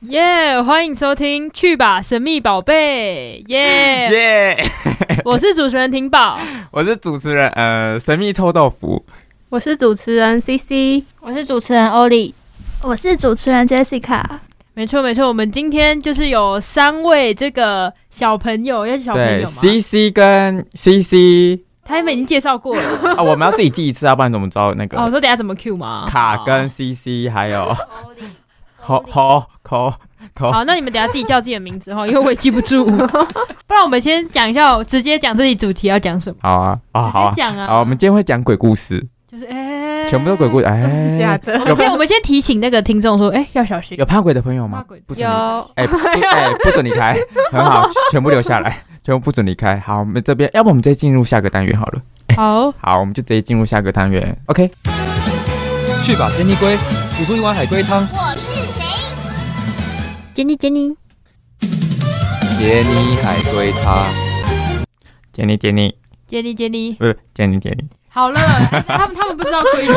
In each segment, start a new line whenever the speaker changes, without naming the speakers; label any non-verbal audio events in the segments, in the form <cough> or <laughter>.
耶欢迎收听《去吧神秘宝贝》耶、
<laughs> 耶、
我是主持人婷宝，
我是主持人，呃，神秘臭豆腐。
我是主持人 CC，
我是主持人欧丽，
我是主持人 Jessica，
没错没错，我们今天就是有三位这个小朋友，要是小朋友
对
吗？
，CC 跟 CC
<laughs> 他们已经介绍过了。
啊，我们要自己记一次，要不然怎么知道那
哦，我
个
说等一下怎么 Q 吗？
卡跟 CC 还有 <laughs> 口口口
好
口？
好，那你们等一下自己叫自己的名字哈，因为我也记不住。不然我们先讲一下，直接讲自己主题要讲什么。
好啊，啊好啊
直接，讲啊，
好，我们今天会讲鬼故事，
就是哎，
全部都鬼故事，哎，
的
我们 <laughs> 先我们先提醒那个听众说，哎，要小心。
有怕鬼的朋友
怕
吗？
鬼
不准离开，
有，
哎不哎，不准离
<laughs>
开，很好，全部留下来，全部不准离开。好，我们这边，要不我们直接进入下个单元好了。
好，
好，我们就直接进入下个单元，OK。
去吧，珍妮龟，煮出一碗海龟汤。
杰尼杰尼，
杰尼海龟汤，
杰尼杰尼，
杰尼杰尼，
不是杰尼杰尼，
好了， <laughs> 他们他们不知道规矩。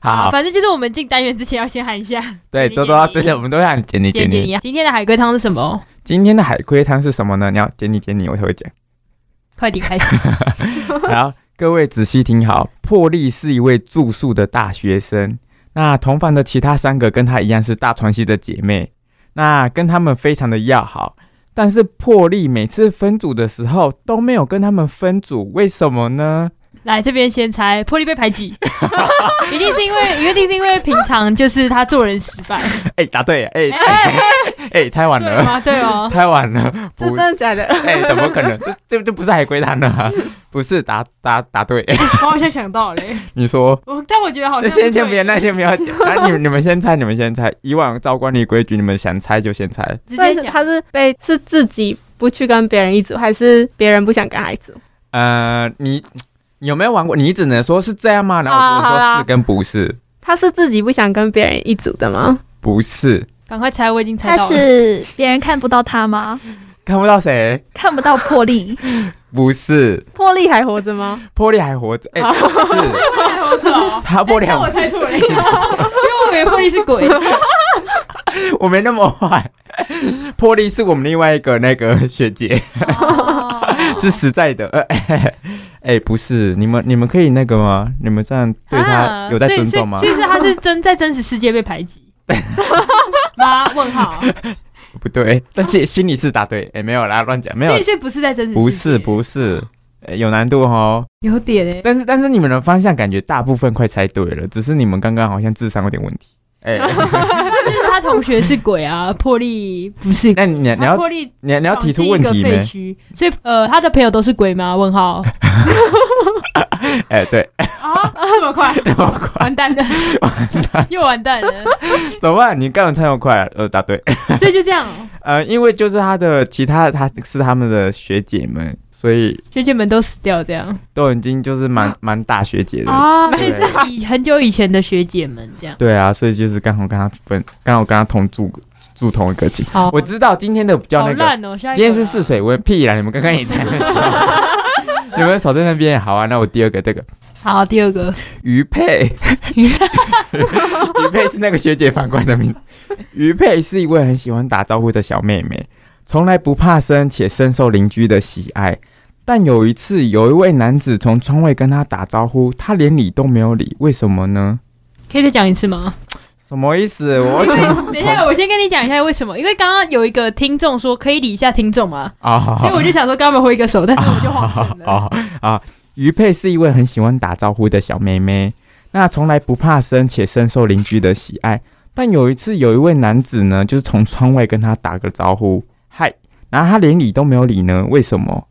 好，
反正就是我们进单元之前要先喊一下。
对，
杰尼
周周要
杰尼
对的，我们都喊杰尼杰
点点
尼。
呀！今天的海龟汤是什么？
今天的海龟汤是什么呢？你要杰尼杰尼，我才会讲。
快点开始。 <laughs>
好，各位仔细听好，破例是一位住宿的大学生，那同房的其他三个跟他一样是大川系的姐妹，那跟他们非常的要好。但是破例每次分组的时候都没有跟他们分组，为什么呢？
来这边先猜，破例被排
<laughs>
挤，一定是因为，一定是因为平常就是他做人失败，
哎、答对了，哎、
哎
哎、猜完
对
了，
吗？对哦。
猜完了，
<laughs> 这
不
真的假的？
哎、怎么可能？这这这不是海龟汤啊！不是，答答答对。
我好像想到嘞，
你说，
我但我觉得好
那
像
先
是
先
对
别，
<laughs>
那先不要讲。那你们你们先猜，你们先猜。以往照惯例规矩，你们想猜就先猜。
直
所以
接
是
讲
他是被是自己不去跟别人一组，还是别人不想跟他一组？
呃，你你有没有玩过？你只能说是这样吗？然后我只
哦好
能说
啦
是跟不是，
他是自己不想跟别人一组的吗？
不是
赶快猜，我已经猜
他
到了。
是别人看不到他吗？
看不到谁，
看不到魄
<laughs>
力，
不是。
破例还活着 <laughs> 吗？
玻璃还活着，
<laughs>
哎、是
哎我知道，
他玻璃还
但
活
哎我
着，
猜错了，因为我以为破例是
<laughs>
鬼。
我没那么坏。 <laughs> 玻璃是我们另外一个那个学姐。
哦
是实在的。呃， <laughs> 哎、哎不是，你们你们可以那个吗？你们这样对他
啊
有在
所以
尊重吗？
所以所以是他是真在真实世界被排挤。 <laughs> 吗？问号，<laughs>
不对，但是心里是答对。哎、没有啦，乱 <laughs> 讲，没有
所以，所以不是嗯在真实世界，
不是不是、哎有难度哦。
有点哎、
但是但是你们的方向感觉大部分快猜对了，只是你们刚刚好像智商有点问题。
<laughs>
哎、
就是他同学是鬼啊， <laughs> 破例不是。
那你哎你
他
要
破例
你你要提出问题
没
没？？
所以呃，他的朋友都是鬼吗？问
<laughs>
号
哎、
<laughs>
对，
啊，这么
<laughs>
快，
那么快
完
<laughs>
蛋了， <laughs> 又完蛋了，
怎么办？你干嘛猜那么快、呃，答对。 <laughs>
所以就这样，
呃，因为就是他的其他他是他们的学姐们，所以
学姐们都死掉这样
都已经就是
<gasps>
蛮蛮大学姐的。
啊，所以是以 <laughs> 很久以前的学姐们这样。
对啊，所以就是刚好跟他分，刚好跟他同住住同一个寝。
好，
我知道今天的比较
哦好
那个，
烂哦，下一个
今天是
啦
试水温，屁啦！你们刚刚也在那久，
<laughs>
你们守在那边好啊。那我第二个这个
好，第二个
于佩，
<laughs> 于
于佩是那个学姐反过来的名字。于佩是一位很喜欢打招呼的小妹妹，从来不怕生，且深受邻居的喜爱。但有一次，有一位男子从窗外跟她打招呼，她连理都没有理，为什么呢？
可以再讲一次吗？
什么意思？ <laughs> 我
因为 <laughs> 等一下，我先跟你讲一下为什么，因为刚刚有一个听众说可以理一下听众嘛，
啊，好
所以
好
我就想说跟他们挥一个手，但是我就晃神
<laughs>
了。
好啊！于佩是一位很喜欢打招呼的小妹妹，那从来不怕生，且深受邻居的喜爱。但有一次，有一位男子呢，就是从窗外跟她打个招呼，嗨，然后她连理都没有理呢，为什么？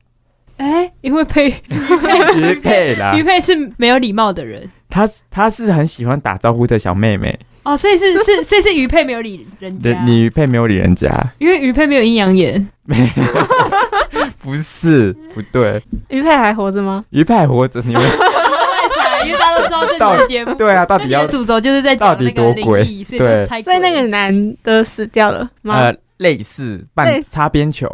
哎、因为
<laughs>
佩
于佩 <laughs> 啦
于，佩是没有礼貌的人
她是她是很喜欢打招呼的小妹妹，
哦，所以是是所以是于佩没有理人家
人，你于佩没有理人家，
因为于佩没有阴阳
<laughs>
眼，
不是不对，
于佩还活着吗？
于佩还活着，你们
因为大家都知道这
到
个节目。
对啊，到
这
底
集
要
的主轴就是在讲那
到
个
底多鬼
灵异，所以就
对
猜鬼
所以那个男的死掉了吗
<laughs> 呃？类似半
类
擦边球，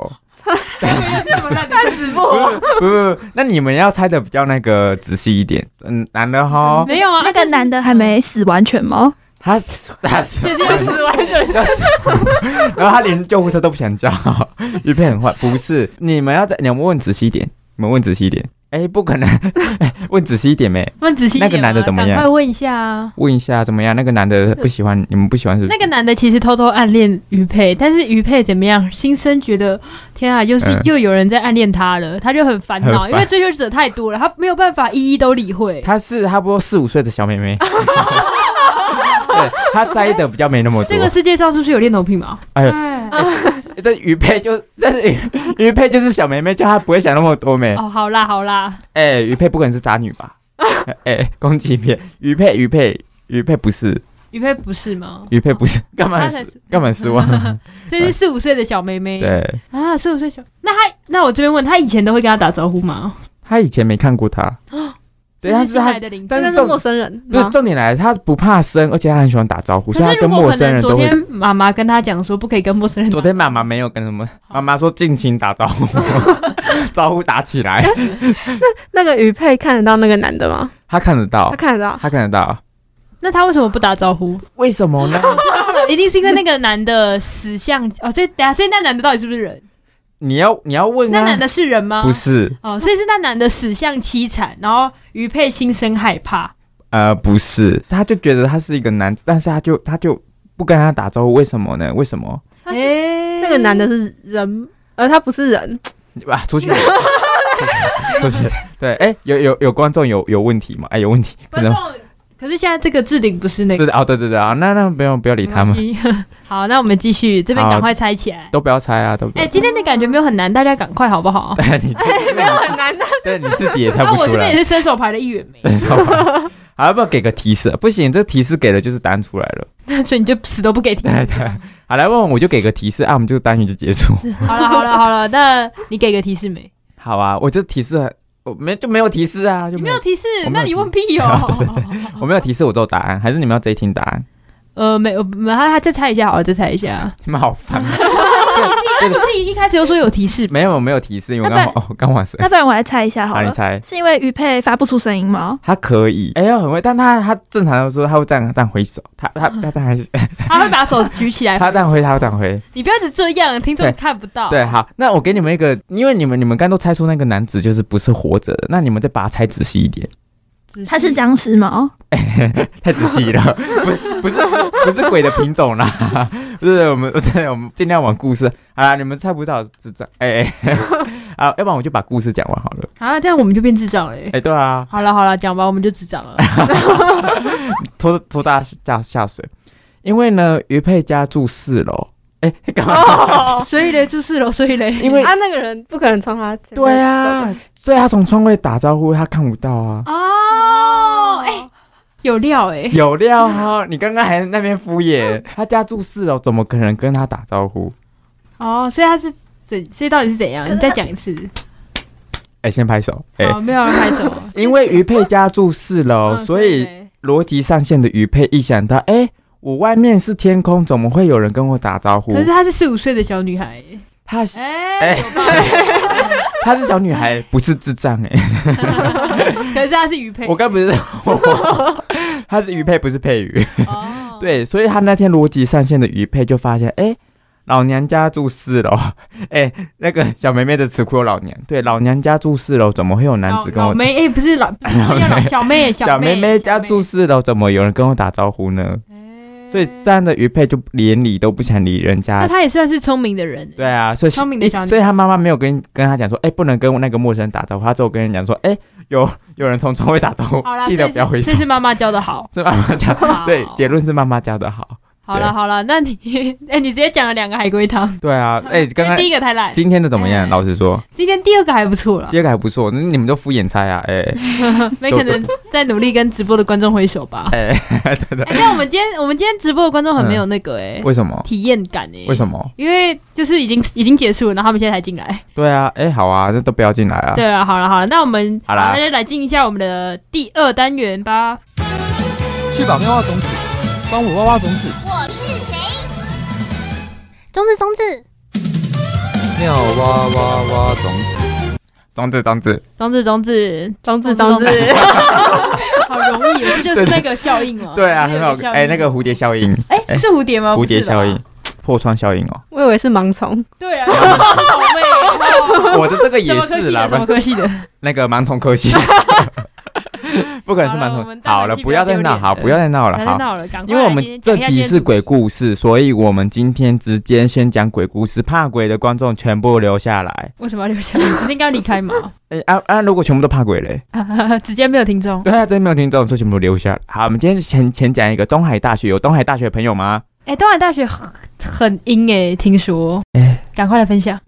又是什么烂的
死不活，
不不不，那你们要猜的比较那个仔细一点。嗯，男的哈， <laughs>
没有啊，
那个男的还没死完全吗？
他他死
就是要死完 <laughs> 就
要死，然后他连救护车都不想叫，鱼片很坏。不是，你们要在你们问仔细一点，你们问仔细一点。哎、不可能，哎、问仔细一点没？
问仔细一点啊
那个男的怎么样
赶快问一下啊！
问一下怎么样？那个男的不喜欢你们不喜欢是不是
那个男的其实偷偷暗恋于佩，但是于佩怎么样？心生觉得天啊，又是
嗯
又有人在暗恋他了，他就很烦
很
恼，
烦
因为追求者太多了，他没有办法一一都理会。
她是差不多四五岁的小妹妹，对，她在意的比较没那么多
这。个世界上是不是有恋童癖嘛？
哎呦
哎，
但于佩就，但是于于佩就是小妹妹，就她不会想那么多没。
哦，好啦好啦，
哎，于佩不可能是渣女吧？ <laughs> 哎，攻击别于佩，于佩，于佩不是，
于佩不是吗？
于佩不是，干嘛
她才
失干嘛失
<laughs>
望？
所以是四五岁的小妹妹。
对，
啊，四五岁小，那他那我这边问他以前都会跟他打招呼吗？
她以前没看过
<gasps>
她，
这
对，但
是
是
新来
她
的邻居
但
但
是
是
重
陌生人
不是
吗？
重点来了，她不怕生，而且她很喜欢打招呼，所以
可
她
是如
跟
果
陌
可
生
能
人
昨
都会
天。妈妈跟他讲说不可以跟陌生人打，
昨天妈妈没有跟什么，妈妈说尽情打招
<laughs>
呼， <laughs> 招呼打起来，
那个于佩看得到那个男的吗？
她看得到
他，看得到，
她看得到，
那他为什么不打招呼？
为什
<laughs>
么呢？
一定是因为那个男的死相哦，所以等下，所以那男的到底是不是人？
你要你要问
那男
啊，
的是人吗？
不是，
哦，所以是那男的死相凄惨，然后于佩心生害怕。
呃，不是，他就觉得他是一个男子，但是他就他就不跟他打招呼，为什么呢？为什么？
他是
诶
那个男的是人，呃，他不是人，
<laughs> 啊，出去， <laughs> 出去， <laughs> 对，哎、有有有观众有有问题吗？哎、有问题，可
观
能
众，可是现在这个置顶不是那
是
个，
哦，对对对啊，那那不用不要理他们，
没关系 <laughs> 好，那我们继续，这边
好
赶快猜起来。
都不要猜啊，都不
哎、
要。
今天的感觉没有很难，大家赶快好不好？
<laughs> 对，你自己
没有哦很难啊的。
对你自己 <laughs> 也猜
那、
不
哦我
出
这边
来
也，是伸手牌的一
<laughs>
员没，<laughs>
真是好吧好，要不要给个提示？啊不行，这提示给了就是答案出来了。 <laughs>
所以你就死都不给听。
对对，好，来问我就给个提示啊，我们这个单元就结束。
<laughs> 好了好了好了，那你给个提示没？
好啊，我这提示很，我没就没有提示啊，就
你
没
没
有
有提示
我，没
那
有
你问屁
<laughs>
哦、
对对我没有提示，我都有答案，还是你们要直接听答案？ <laughs>
呃，没有，没有，他他再猜一下哦好了，再猜一下。
你们好
<laughs>
烦啊！
那你自己一开始就说有提示，
没有没有提示，因为我刚
那不然
哦我刚完神。
那不然我来猜一下好
好，你
了，
猜，
是因为于佩发不出声音吗？
他可以，哎呀，很会，但他他正常的说他会这样这样挥手，他他
嗯
他这样还是
他会把手举起来。
他这样挥，他会这样挥。
你不要只这样，听众
对
看不到。
对，好，那我给你们一个，因为你们你们刚都猜出那个男子就是不是活着的，那你们再把它猜仔细一点，
他是僵尸吗？
太仔细了，不不是不是鬼的品种啦， <laughs> 不是我们对我们尽量往故事好啦，你们猜不到智障，哎、哎， <laughs> 啊，要不然我就把故事讲完好了。
啊，这样我们就变智障了耶。
哎、对啊，
好了好了，讲吧，我们就智障了。
拖拖大家下下水，因为呢，于佩家住四楼，哎、 <laughs> 干嘛？
哦，
所以嘞，住四楼，所以嘞，
因为
啊，那个人不可能从他前面
对啊
走，
所以他从窗外打招呼，他看不到啊。
<laughs> 哦，哎、有料哎、
有料哦，你刚刚还在那边敷衍，他家住四楼，怎么可能跟他打招呼？
哦，所以他是怎？所以到底是怎样？你再讲一次。
哎、先拍手，哎、
哦，没有人拍
<laughs>
手哦。
因为于佩家住四楼，
嗯
所以
嘞
逻辑上线的于佩一想到，哎、我外面是天空，怎么会有人跟我打招呼
可？是她是四五岁的小女孩耶，
她
哎、
哎
有吧
她是小
<laughs>
女孩，不是智障哎、 <laughs>
可是她是余佩，
我刚不是，
<laughs>
她是于佩，不是佩瑜。
哦，
对，所以他那天逻辑上线的余佩就发现，哎、老娘家住四楼， <laughs> 哎、那个小妹妹的词库有老娘，对，老娘家住四楼，怎么会有男
老
子跟
老
我？
妹哎、不
<laughs>
是老，不是要老小妹，
小妹
妹
妹家住
住，
四楼，怎么有人跟我打招呼呢？
哎
所以这样的余佩就连理都不想理人
那
家。
她也算是聪明的人，
对，啊，所以
聪明的小女
所以他妈妈没有跟跟他讲说，哎、不能跟那个陌生人打招呼。他只有跟人讲说，哎、有有人从窗户打招呼
好啦，，
记得
所以
不要回
是
手
这。是妈妈教的好。
是妈妈教，对
好，
结论是妈妈教的好。
好了
对
好了，那你 <laughs> 哎、你直接讲了两个海龟汤，
对啊， <laughs> 哎、
因
刚
为
刚
第一个太烂，
今天的怎么样？
哎
老实说，
今天第二个还不错了，
第二个还不错，那你们都敷衍猜啊，哎、
没可
<laughs>
能再努力跟直播的观众挥手吧。
哎、 <laughs> 对的，
哎、但我们今天我们今天直播的观众很没有那个哎、
为什么？
体验感哎、
为什么？
因为就是已经已经结束了，然后他们现在才进来。
对啊，哎、好啊，那都不要进来啊。
对啊，好了好了，那我们
好啦
大家来进一下我们的第二单元吧。
去把妙蛙种子，帮我挖挖种子，
中子松子，
妙蛙挖挖种子。
装置装置，
装置装置，
装置装置，
<laughs> 好容易，这就是那个效应吗？
对啊，很好
哦有个效。应
哎、那个蝴蝶效应，
哎、是蝴蝶吗？
蝴蝶
不是吧
效应，破窗效
<laughs>
应哦。
我以为是盲从，
对啊， <laughs> 好美。哦
<laughs> 我的这个
什
也
么科
是
系
啦
的？，什么
不是
科系的？
那个盲从
<laughs>
科系，不可能是盲
好了我
从
们。大家
好了，
先
不
不要
要再
丢
闹，
脸嗯
好，
了
不要再
<laughs>
闹了，
来
好。
闹了，赶快
因为我们这集是鬼故事，所以我们今天直接先讲鬼故事，怕鬼的观众全部留下来。
为什么要留下来？不是应该离开吗？
哎、啊啊！如果全部都怕鬼嘞，
<laughs> 直接没有听众。
对啊，真没有听众说全部都留下来。好，我们今天先先讲一个东海大学，有东海大学的朋友吗？
<laughs> 哎、东海大学很很阴哎、听说，
哎
赶快来分享，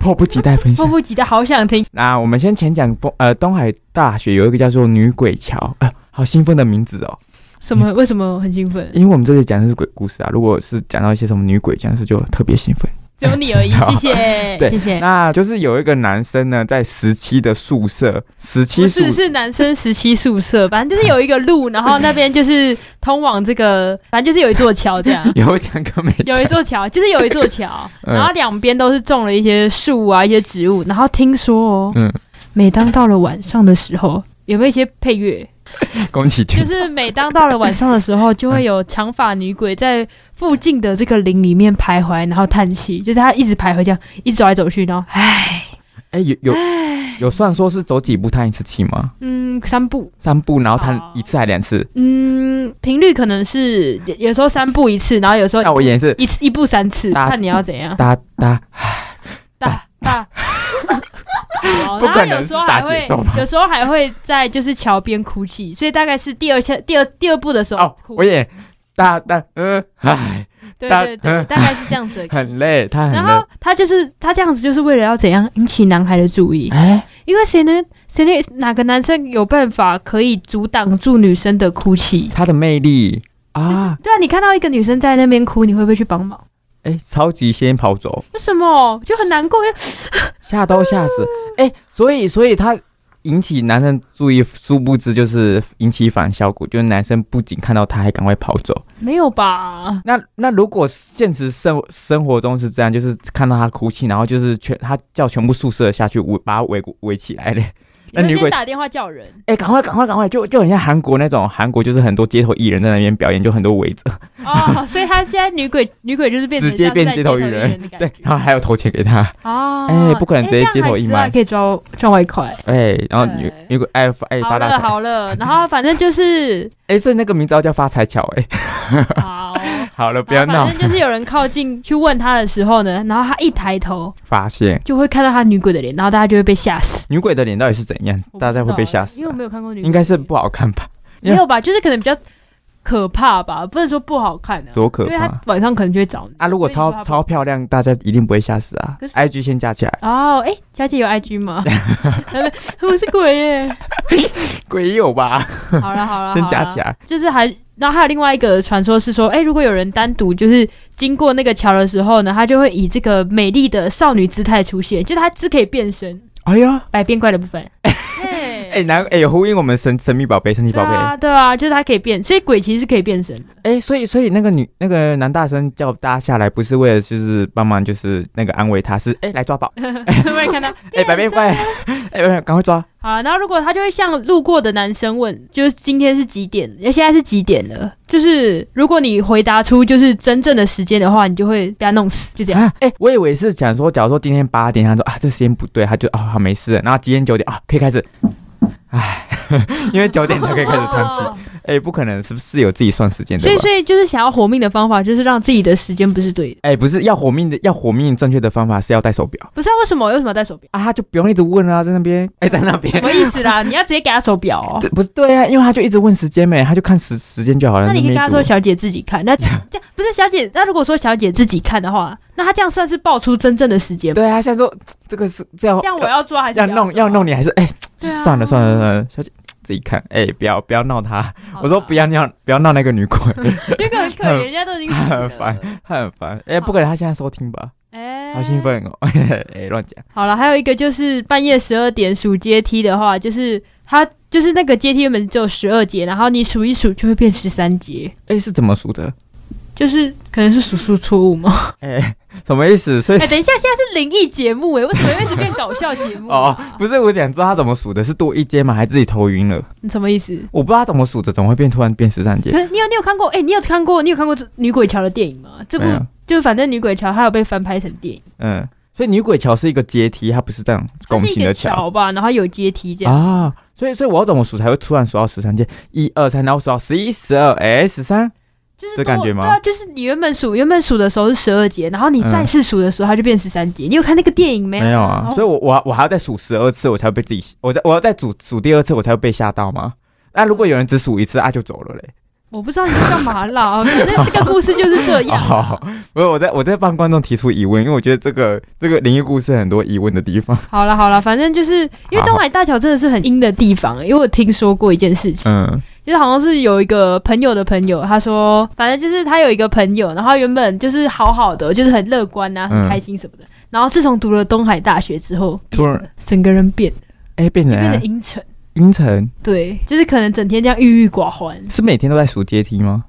迫不及待分
迫 <laughs>
享。
不及待，好想听。
那我们先前讲东呃东海大学有一个叫做女鬼桥，呃，好兴奋的名字哦。
什么？为什么很兴
<laughs>
奋？
因为我们这里讲的是鬼故事啊，如果是讲到一些什么女鬼这样的事，就特别兴奋。
只有你而已，
好
谢谢，
对
谢谢。
那就是有一个男生呢，在十七的宿舍，十七
不
宿。
是，是男生时期宿舍，反正就是有一个路，然后那边就是通往这个，反正就是有一座桥这样
<laughs> 有讲跟没
<laughs>
讲
有一
<laughs>
座桥，就是有一座桥，
嗯
然后两边都是种了一些树啊，一些植物。然后听说哦，
嗯
每当到了晚上的时候，有没有一些配
<laughs>
乐？
宫崎骏
就，是每当到了晚上的时候，就会有长发女鬼在附近的这个林里面徘徊，然后叹气，就是她一直徘徊这样，一直走来走去，然后唉，
哎、有有有算说是走几步叹一次气吗？
嗯，三步，
三步，然后叹
好
一次还两次？
嗯，频率可能是有有时候三步一次，然后有时候
那我演示，
一次一步三次，
大
看你要怎样。
哒哒，
大
<laughs>
大。好
不
然后
可能
有时候
是打
还会
节奏吧，
哦有时候还会在就是桥边哭泣，所以大概是第二下、第二第二步的时候
哦，
哭，
我演哒哒，嗯，唉，
对
大
对
<laughs>
对，
嗯
大概是这样子的感觉。
<laughs> 很累，他很
然
累
后，他就是他这样子，就是为了要怎样引起男孩的注意，
哎、
因为谁能谁能哪个男生有办法可以阻挡住女生的哭泣？
他的魅力啊，
对啊，你看到一个女生在那边哭，你会不会去帮忙？
哎、超级先跑走，
为什么就很难过？因为
吓都吓死，
嗯
哎、所以所以他。引起男人注意，殊不知就是引起反效果，就是男生不仅看到他，还赶快跑走。
<laughs> 没有吧？
那那如果现实生活生活中是这样，就是看到他哭泣，然后就是全他叫全部宿舍下去围把他围围起来嘞。那
你
女
就
鬼
先打电话叫人
哎、赶快赶快赶快！就就很像韩国那种，韩国就是很多街头艺人在那边表演，就很多围着，
哦， <laughs> 所以他现在女鬼女鬼就是变成
直接
像是
变
在街
街头
头
艺
艺
人
人的，感
对，
觉
然后还有投钱给他，
哦，
哎不可能直
哎
接
这样
街头
还
义
是啊
卖
可以赚赚外快。
哎、然后女
对
女鬼哎发哎
好
发大
了
财，
好了，然后反正就是
<laughs> 哎、所以那个名字要叫发财桥，哎、 <laughs>
好。
好了，不要
然后
闹
反，正就是有人靠近去问他的时候呢，然后他一抬头
发现
就会看到他女鬼的脸，然后大家就会被吓死。
女鬼的脸到底是怎样
我，不知道
大家会被吓死
因为我
啊、
没有看过女鬼的脸，
应该是不好看吧？
没有吧？就是可能比较可怕吧，不能说不好看啊，
多可
因为他
怕
晚上可能就会找你
啊！如果
所以你说
超
他不
超漂亮，大家一定不会吓死啊
可是
！IG 先加起来。
哦，哎，佳姐有 IG
<laughs>
吗？我是鬼耶！
鬼
<laughs>
有吧？
好了好了，
先夹
好了
起来。
就是还，然后还有另外一个传说是说，哎、如果有人单独就是经过那个桥的时候呢，他就会以这个美丽的少女姿态出现，就是他只可以变身，
哎呀，
百变怪的部分。嘿
<laughs> 哎、难哎、有呼应我们神神秘宝贝、神奇
对
宝贝。
啊，对啊，就是他可以变，所以鬼其实是可以变身
<laughs>
的。
哎、所以所以那个女那个男大生叫大家下来，不是为了就是帮忙，就是那个安慰他，是哎、来抓
<laughs>
宝，
有没有看到？
哎、百变怪，
啊
哎、百赶快抓！
好，然后如果他就会向路过的男生问，就是今天是几点？呃现在是几点了？就是如果你回答出就是真正的时间的话，你就会被他弄死，就这样。
啊，哎、我以为是讲说，假如说今天八点，他说啊这时间不对，他就哦好没事了，然后今天九点啊可以开始，哎， <laughs> 因为九点才可以开始叹气，
哦
哎、不可能，是不是有自己算时间
所
的
以，
吧？
所以就是想要活命的方法，就是让自己的时间不是对的。
哎、不是要活命的，要活命正确的方法是要戴手表
不是、啊、为什么？为什么要戴手
<laughs>
表？
啊，他就不用一直问啊，在那边， <laughs> 哎、在那
<laughs>
边
什，么意思啦？你要直接给他手表哦。
对，不是对啊，因为他就一直问时间没，他就看时时间就好了。
那你可以跟他
没
说：“
煮
小姐自己看。”
<laughs>
那这样这样不是小姐？那如果说小姐自己看的话，那他这样算是报出真正的时间吗？
对啊，现在说这个是这样，
这样我要抓还是
要
不
弄
抓
要弄？你还是哎、
对啊
算了算了算了，小姐自己看，哎、不要不要闹他，
好啦
我说不，要闹不要闹那个女鬼，
<laughs> 这个很可怜，人家
<laughs>
都已经死了
很烦她很烦。哎、不可能，她现在收听吧，
哎，
好兴。奋哦， <laughs> 哎乱讲，
好了，还有一个就是半夜十二点数阶梯的话，就是它就是那个阶梯原本只有十二节，然后你数一数就会变十三节，
哎、是怎么数的？ <laughs>
就是可能是数数错误吗？
哎、什么意思？所
<laughs>
以
哎、等一下，现在是灵异节目哎，为什么会一直变搞笑节目、
<laughs> 哦
啊？，
不是我想知道他怎么数的，是多一阶吗？还是自己头晕了？
你什么意思？
我不知道他怎么数着，怎么会变突然变十三
可
阶？
是你有你有看过哎、你有看过你有看过这《女鬼桥》的电影吗？这部
没有
就是反正《女鬼桥》它有被翻拍成电影，
嗯，所以女鬼桥是一个阶梯，它不是这样
它
拱
是一
形
个
的桥
桥吧，然后有阶梯这样。
啊。所以，所以我要怎么数才会突然数到十三阶？一二三，然后数到十一、十二，哎，十三，
就是
这
多
感觉吗嗯
对啊，就是你原本数原本数的时候是十二节，然后你再次数的时候它就变十三节。你有看那个电影没有？
没有啊。
哦
所以我我我还要再数十二次，我才会被自己，我再我要再数数第二次，我才会被吓到吗？那如果有人只数一次啊，就走了嘞。
我不知道你在干嘛啦，
<laughs>
哦反正这个故事就是这样。
哦，不是，我在我在帮观众提出疑问，因为我觉得这个这个灵异故事很多疑问的地方。
好了好了，反正就是因为东海大桥真的是很阴的地方、因为我听说过一件事情，
嗯
就是好像是有一个朋友的朋友，他说，反正就是他有一个朋友，然后原本就是好好的，就是很乐观啊，
嗯
很开心什么的，然后自从读了东海大学之后，
突然
整个人变了，
<laughs> 哎、变成
变
啊
得阴沉。
阴沉，
对，就是可能整天这样郁郁寡欢，
<laughs> 是每天都在数阶梯吗？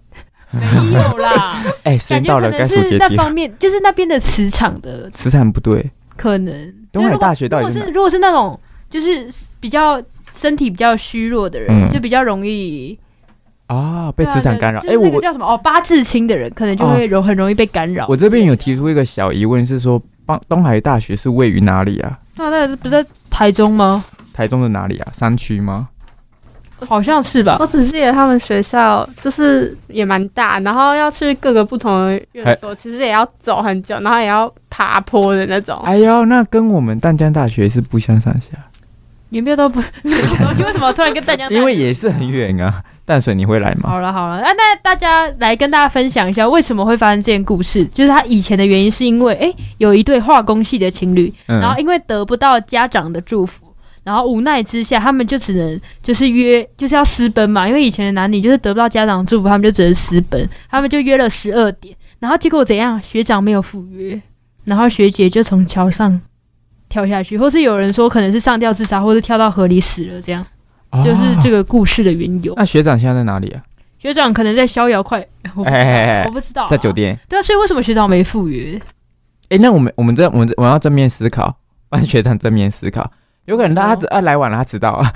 没有啦，
哎、时间
感
到
觉可
了，
能
该数
是
阶
那
梯了。
方面，就是那边的磁场的
磁场不对，
可能。
东海大学
如
到
果
底
是
是
如果是那种就是比较身体比较虚弱的人，
嗯
就比较容易
哪啊、被磁场干扰？哎、
哎、就是那个
我哦
叫什么哦，八字轻的人可能就会容、很容易被干扰。
我这边有提出一个小疑问，是说帮东海大学是位于哪里啊？
那那不是在台中吗？
台中的哪里啊？山区吗？
好像是吧
啊
我。只记得他们学校就是也蛮大，然后要去各个不同的院
哎
所，其实也要走很久，然后也要爬坡的那种。
哎呦，那跟我们淡江大学是不相上下，
你们都不， <laughs> 你为什么突然跟大家？
<laughs> 因为也是很远啊。淡水你会来吗？
好了好了，那、那大家来跟大家分享一下为什么会发生这件故事。就是他以前的原因是因为，哎、有一对化工系的情侣，
嗯
然后因为得不到家长的祝福，然后无奈之下，他们就只能就是约，就是要私奔嘛。因为以前的男女就是得不到家长祝福，他们就只能私奔，他们就约了十二点，然后结果怎样？学长没有赴约，然后学姐就从桥上跳下去，或是有人说可能是上吊自杀，或是跳到河里死了，这样
啊
就是这
个。
个故事的缘由。
那学长现在在哪里啊？
学长可能在逍遥快，我不知道，
哎哎哎
我不知道啊
在酒。店。
对啊，所以为什么学长没赴
<laughs>
约？
哎、那我们我们这我们这我要正面思考，帮学长正面思考。有可能他只啊来晚了，他迟到啊，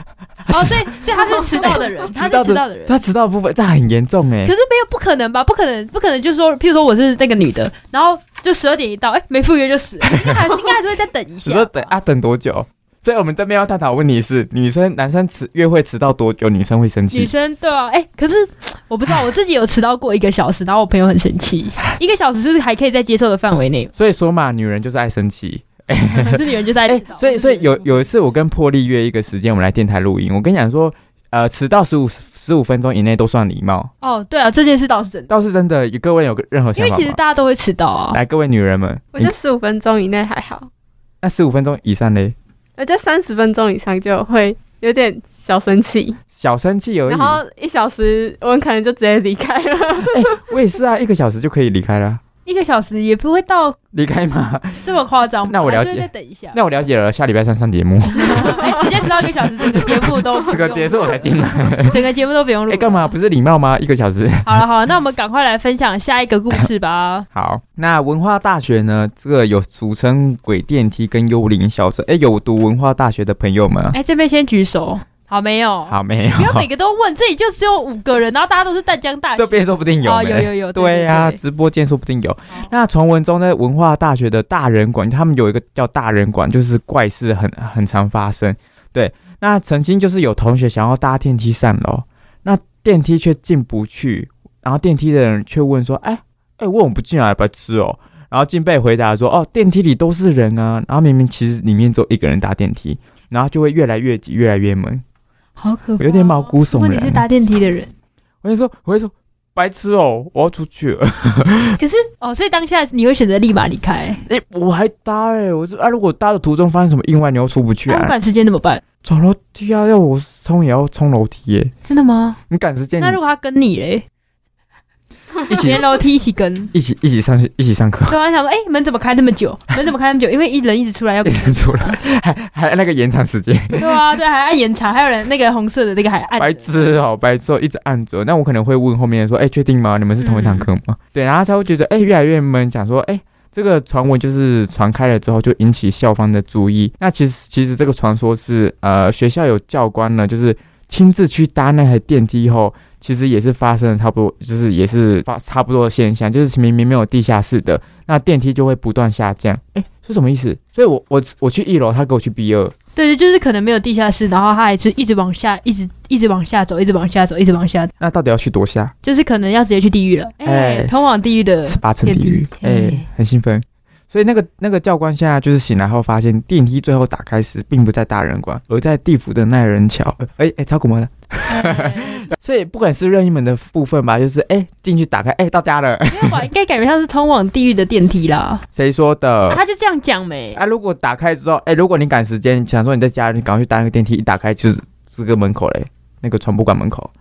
哦，所以所以他是迟到的人，他是迟到的人。
<laughs> 他迟到的部分这很严重哎、
可是没有不可能吧？不可能，不可能！就是说，譬如说我是那个女
<laughs>
的，然后就十二点一到，哎、没赴约就死了，应该还是应该还是会再等一下。
你说等啊等多久？所以我们这边要探讨的问题是，女生男生迟约会迟到多久，女生会生
女
气？，
生对啊，哎、可是我不知道，我自己有迟到过一个小时，然后我朋友很生气。一个小时是还可以在接受的范围内
<laughs> 所以说嘛，女人就是爱生气。
可是女人就是爱
哎、
迟到。
所以所以有有一次我跟破例约一个时间，我们来电台录音。我跟你讲说，呃，迟到十五十五分钟以内都算礼貌，
哦，对啊，这件事倒是真的，
倒是真的。各位有个任何
因
想
为
法
其实
吗？
大家都会迟到啊。
来，各位女人们，
我觉
你
得十五分钟以内还好，
那十五分钟以上嘞，
我觉得三十分钟以上就会有点小生气，
小生气而已
然。后一小时我们可能就直接离开了。
我也是啊，一个小时就可以离开了，
一个小时也不会到
离开 <laughs> 吗？
这么夸张吧，
那我了解
还是会再等一下，
那我了解了，下礼拜三上节 <laughs> 目，
<laughs> 哎直接迟到一个小时，整个节目
<laughs>
都
这个结束我才进来。 <laughs>
整个节目都不用录。
哎，干嘛？？不是礼貌吗？一个小时。
好了好了，那我们赶快来分享下一个故事吧。
<laughs> 好，那文化大学呢？这个有俗称“鬼电梯”跟“幽灵小镇”。哎，有读文化大学的朋友们啊，
哎，这边先举手，好没有？
好没有
不？要每个都问，这里就只有五个人，然后大家都是淡江大学
<laughs> 这边说不定有
哦，
呢
有有有，
对哦呀、
呀，
直播间说不定有。那传闻中呢，文化大学的大人馆，他们有一个叫大人馆，就是怪事很很常发生。对，那曾经就是有同学想要搭电梯上楼，那电梯却进不去，然后电梯的人却问说：“哎哎，为什么不进来？白痴哦！”然后竟被回答说：“哦，电梯里都是人啊。”然后明明其实里面只有一个人搭电梯，然后就会越来越挤，越来越闷。
好可怕，
我有点毛骨悚然
如果你是搭电梯的人，
我就说，我会说。白痴哦！我要出去了。
可是哦，所以当下你会选择立马离开，
哎、我还搭哎、我说啊，如果搭的途中发生什么意外，你又出不去
那
啊
我。赶时间怎么办？
走楼梯啊，要我冲也要冲楼梯耶！
真的吗？
你赶时间，
那如果他跟你嘞，
一起
连楼梯一起跟。
一起一起上去，一起上课， <laughs>
对啊，想说，哎、门怎么开那么久？门怎么开那么久？因为一人一直出来要
<laughs> 一直出来，还还那个延长时间，
对啊，对，还按延长，还有人那个红色的那个还按
白痴哦、白痴哦、一直按着。那我 <laughs> 可能会问后面说，哎、确定吗？你们是同一堂课吗？对，然后他会觉得，哎、越来越闷，讲说，哎、这个传闻就是传开了之后，就引起校方的注意。那其实其实这个传说是，呃，学校有教官呢，就是亲自去搭那台电梯后，其实也是发生了差不多，就是也是发差不多的现象，就是明明没有地下室的，那电梯就会不断下降。哎，是什么意思？所以我我我去一楼，他给我去 B 二，
对，就是可能没有地下室，然后他还是一直往下，一直一直往下走，一直往下走，一直往下走，
那到底要去多下？
就是可能要直接去地狱了，哎、
哎
通往地狱
<laughs>
的
十八层
电
地
梯
狱，哎、
嘿
很兴奋。所以那个那个教官现在就是醒来后发现电梯最后打开时并不在大人馆，而在地府的奈人桥。呃哎、哎，超古魔的。 <laughs> 所以不管是任意门的部分吧，就是哎进、去打开，哎、到家了。
没有吧？应该感觉像是通往地狱的电梯啦。
谁说的
啊、？他就这样讲没、
哦啊，如果打开之后，哎、如果你赶时间，想说你在家，你赶快去搭那个电梯，一打开就是这个门口嘞，那个传播馆门口。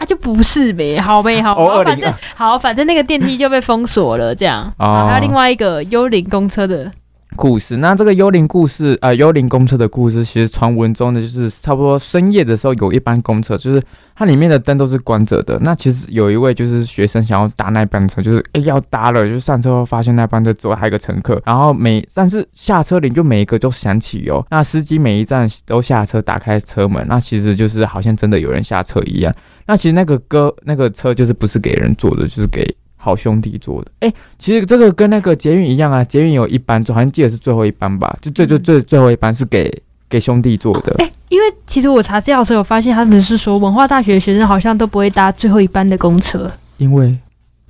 啊，就不是呗，好呗，好，
偶尔
好反
零
正好，反正那个电梯就被封锁了，这样。
哦
啊，还有另外一个幽灵公车的，
故事。那这个幽灵故事，呃，幽灵公车的故事，其实传闻中呢，就是差不多深夜的时候，有一班公车，就是它里面的灯都是关着的。那其实有一位就是学生想要搭那班车，就是哎、要搭了，就上车后发现那班车只有他一个乘客，然后每但是下车铃就每一个都响起哦。那司机每一站都下车打开车门，那其实就是好像真的有人下车一样。那其实那个歌那个车就是不是给人坐的，就是给好兄弟坐的。哎、其实这个跟那个捷运一样啊，捷运有一班，好像记得是最后一班吧，就
嗯
最最最最后一班是给给兄弟坐的。
哎、因为其实我查资料的时候，我发现他们是说文化大学的学生好像都不会搭最后一班的公车，
因为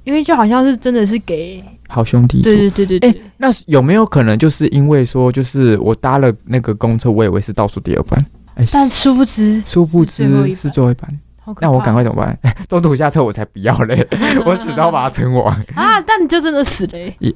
因为就好像是真的是给，
好兄弟坐。
对对对对对，
哎那是有没有可能就是因为说，就是我搭了那个公车，我以为是倒数第二班，哎、
但殊不知，
殊不
是最后一班
知是最后一班。
好可怕
那我赶快怎么办？ <laughs> 中途下车我才不要
<laughs>
嘞，我死都要把它撑完。
啊！但你就真的死了、欸，
一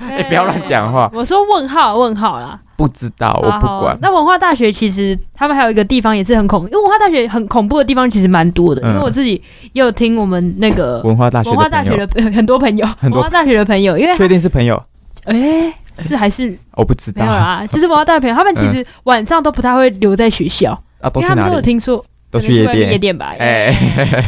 哎、不要乱讲话。
我说问号问号啦，
不知道，我
好
不
好
管。
那文化大学其实他们还有一个地方也是很恐，因为文化大学很恐怖的地方其实蛮多的，
嗯
因为我自己也有听我们那个。
文化大学的
文化大学
朋友，
的朋友 <laughs> 很多朋友，
很多
文化大学的朋友，因为
确定是朋友？
哎、是还是
我不知
没有
道。
啦，就是文化大学朋友，他们其实晚上都不太会留在学校，
啊，嗯都
因为
去
他们都
哪
有
里？
听说
都
可能
去
是
夜
外面夜
店。
店吧。
哎、 <laughs>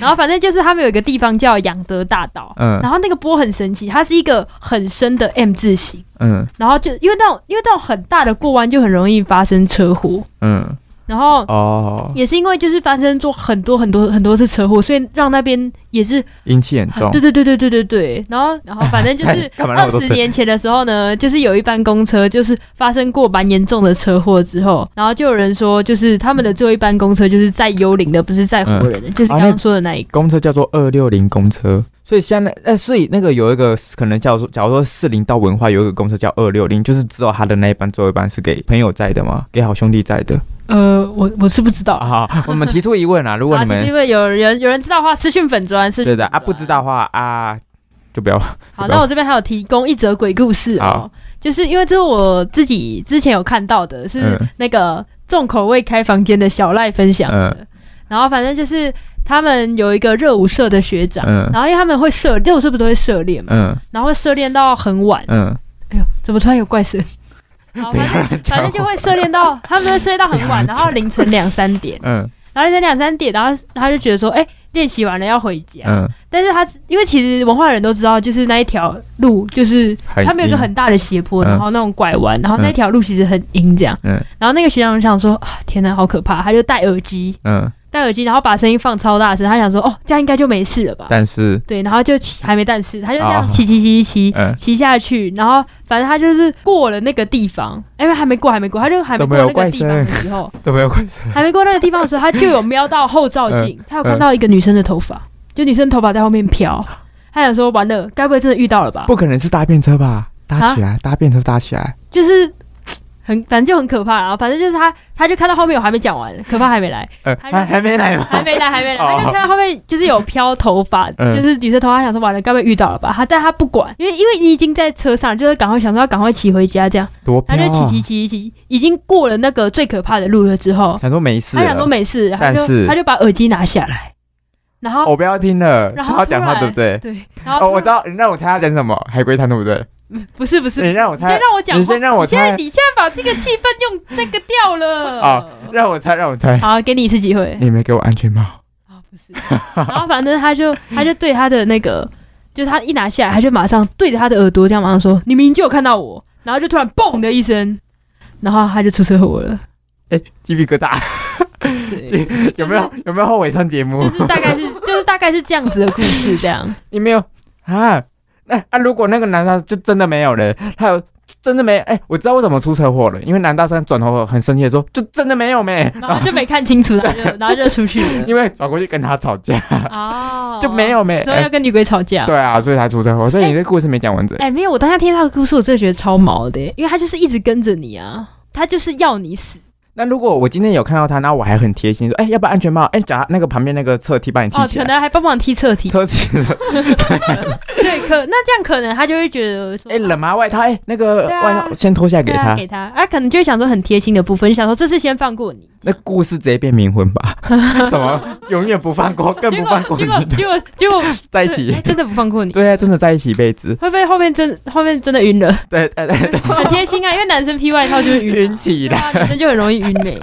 然后反正就是他们有一个地方叫养德大道，
嗯
然后那个波很神奇，它是一个很深的 M 字形，
嗯
然后就因为那种因为那种很大的过弯就很容易发生车祸，
嗯，
然后
哦，
也是因为就是发生过很多很多很多次车祸，所以让那边也是
阴气很重哎
对。对对对对对对。然
<laughs>
后然后反正就是
干嘛让
二
我都
十年前的时候呢，就是有一班公车就是发生过蛮严重的车祸之后，然后就有人说就是他们的最后一班公车就是载幽灵的，不是载活人
嗯
的，
啊
就是刚刚说的那一个。
公车叫做二六零公车，所以现在呃，所以那个有一个可能叫做，假如说四零到文化有一个公车叫二六零，就是只有他的那一班最后一班是给朋友载的吗？给好兄弟载的
呃，我我是不知道。
啊？好我们提出疑问
<laughs>
啊，如果
啊，
你
就是因
们
为有人有人知道的话，私讯粉砖是
对的啊不知道的话啊，就不要
好，那我这边还有提供一则鬼故事哦
好，
就是因为这是我自己之前有看到的，是
嗯
那个重口味开房间的小赖分享的。
嗯
然后反正就是他们有一个热舞社的学长，
嗯
然后因为他们会涉热舞社不都会涉猎嘛，
嗯
然后会涉猎到很晚。
嗯，
哎呦，怎么突然有怪声？
<laughs>
然后
不要
反正
乱
反
讲
正就
话。
会涉猎
<laughs>
到，他们会涉猎到很晚，然后凌晨两三点，
嗯
然后凌晨两三点，然后他就觉得说，哎、练习完了要回家，
嗯，
但是他因为其实文化人都知道，就是那一条路就是
很
他们有一个很大的斜坡，
嗯
然后那种拐弯，然后那条路其实很阴这样。
嗯
然后那个学长就想说，啊天哪，好可怕！他就戴耳机，
嗯，
戴耳机，然后把声音放超大声，他想说，哦，这样应该就没事了吧？
但是
对，然后就骑还没但是，他就这样
哦
骑骑骑骑骑
嗯
骑下去，然后反正他就是过了那个地方，因为还没过还没过，他就还没
怎么
过
有
那个
怪
地方的
声
时候，
都没有关系。
<laughs> 还没过那个地方的时候，他就有瞄到后照镜，
嗯
他有看到一个女生的头发，就女生头发在后面飘，他想说完了，该不会真的遇到了吧？
嗯不可能是搭便车吧？搭起
啊
来，搭便车搭起来。
就是很反正就很可怕啦，然后反正就是他他就看到后面我还没讲完，可怕还没来，
呃，
还
还还没来吗？
还没来还没来，
<laughs> 哦
他就看到后面就是有飘头发，
嗯
就是女生头发，他想说完了，该不会遇到了吧？他但他不管，因为因为你已经在车上，就是赶快想说要赶快骑回家这样，
多飘
他
啊
就骑骑骑骑，已经过了那个最可怕的路了之后，
想说没事
他想说
了，
没事，他
啊但是
就他就把耳机拿下来，然后。
哦我不要听了，
然后
他要讲话
突
对
然
不对？
对，然后
哦，我知道，你让我猜他讲什么，海龟汤对不对？
不是不是，
你让我
你先
猜，
让我讲话，
你先让我
现在
猜，
你现在把这个气氛用那个掉
<laughs>
了。
哦让我猜，让我 <laughs> 猜，
好，给你一次机会。哦
你没给我安全帽，
啊，不是。然后反正他就他就对他的那个就是他一拿下来，他就马上对着他的耳朵这样马上说：“你明明就有看到我。”然后就突然嘣的一声，然后他就出车祸了。
哎，鸡皮疙瘩，
对，
有没有 <laughs> 有没有后尾上节目？
就是大概是就是大概是这样子的故事，这样。
<laughs> 你没有啊？那、啊，如果那个男大就真的没有了，他有真的没？哎、我知道为什么出车祸了，因为男大三转头很生气的说，就真的没有没，
然后就没看清楚，然后就然后就出去了。
<laughs> 因为转过去跟他吵架、
哦，
就没，有没。
所以要
哎
跟女鬼吵架。
对啊，所以才出车祸。所以你这故事没讲完整。
哎、没有，我当下听他的故事，我真的觉得超毛的耶，因为他就是一直跟着你啊，他就是要你死。
那如果我今天有看到他，那我还很贴心说，哎、要不要安全帽？哎、脚那个旁边那个侧踢帮你踢
哦，
起
可
来。
能还帮忙踢侧
<laughs>
踢，
车子，
对，可那这样可能他就会觉得说，
哎、冷吗？外套，哎、那个
对啊
外套、先脱下给
对啊
他。
给他，啊，可能就会想说很贴心的部分，就想说这次先放过你。
那故事直接变冥婚吧？什么永远不放过，更
结
不
果
放过
结
你
果
的，
结果结果
<laughs> 在一
对
起
哎。真的不放过你，
对啊，真的在一起一辈子。
会不会后面真后面真的晕了？
对对对对，
很贴心啊，因为男生披外套就是晕
晕
啊，
起
对
来。
啊，女生就很容易晕嘞、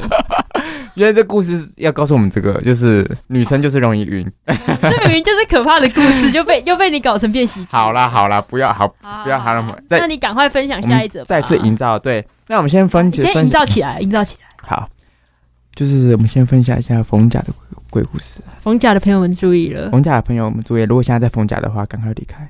因为这故事要告诉我们这个，就是女生就是容易晕。
这明明就是可怕的故事，就被又被你搞成变喜剧。
好啦好啦，不要好，
好，
不要
好
好了
好
再
那你赶快分享
我
下
们
一则吧，
嗯再次营造对。那我们先分
你
解
先
分
营造起来，营造起来。
好，就是我们先分享一下冯甲的鬼故事。
冯甲的朋友们注意了，
冯甲的朋友们注意，如果现在在冯甲的话，赶快离开。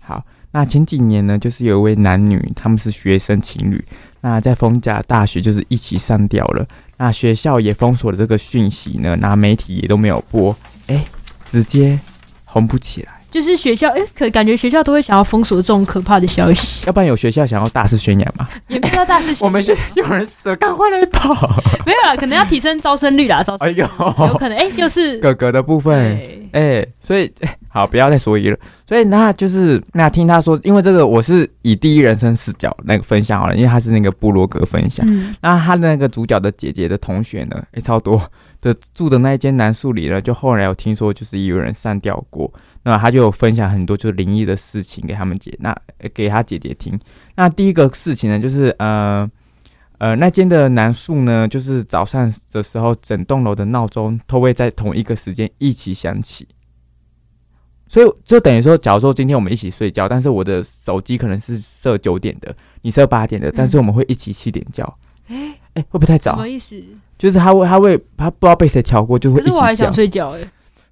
好，那前几年呢，就是有一位男女，他们是学生情侣，那在冯甲大学就是一起上吊了。那学校也封锁了这个讯息呢，那媒体也都没有播，哎、直接红不起来。
就是学校，哎、可感觉学校都会想要封锁这种可怕的消息，
<laughs> 要不然有学校想要大肆宣扬嘛？
也不知道大四
我们学校 <laughs> 有人死了，赶快来跑！
<laughs> 没有啦，可能要提升招生率啦，招生
哎
率
呦，
有可能，哎、又是
哥哥的部分，
对，
哎、所以、哎好，不要再说一了。所以那就是那听他说，因为这个我是以第一人称视角那个分享好了，因为他是那个部落格分享。
嗯，
<laughs> 那他的那个主角的姐姐的同学呢，哎、超多的住的那一间南树里呢，就后来有听说就是有人上吊过，那他就有分享很多就是灵异的事情给他们姐，那、呃给他姐姐听。那第一个事情呢，就是呃呃那间的南树呢，就是早上的时候，整栋楼的闹钟都会在同一个时间一起响起。所以就等于说，假如说今天我们一起睡觉，但是我的手机可能是设九点的，你设八点的，但是我们会一起七点叫。
哎、
哎、会不会太
什
早
么？意思？
就是他会，他会，他不知道被谁调过，就会
可
一
是我还
起
想
叫，
睡觉、哎，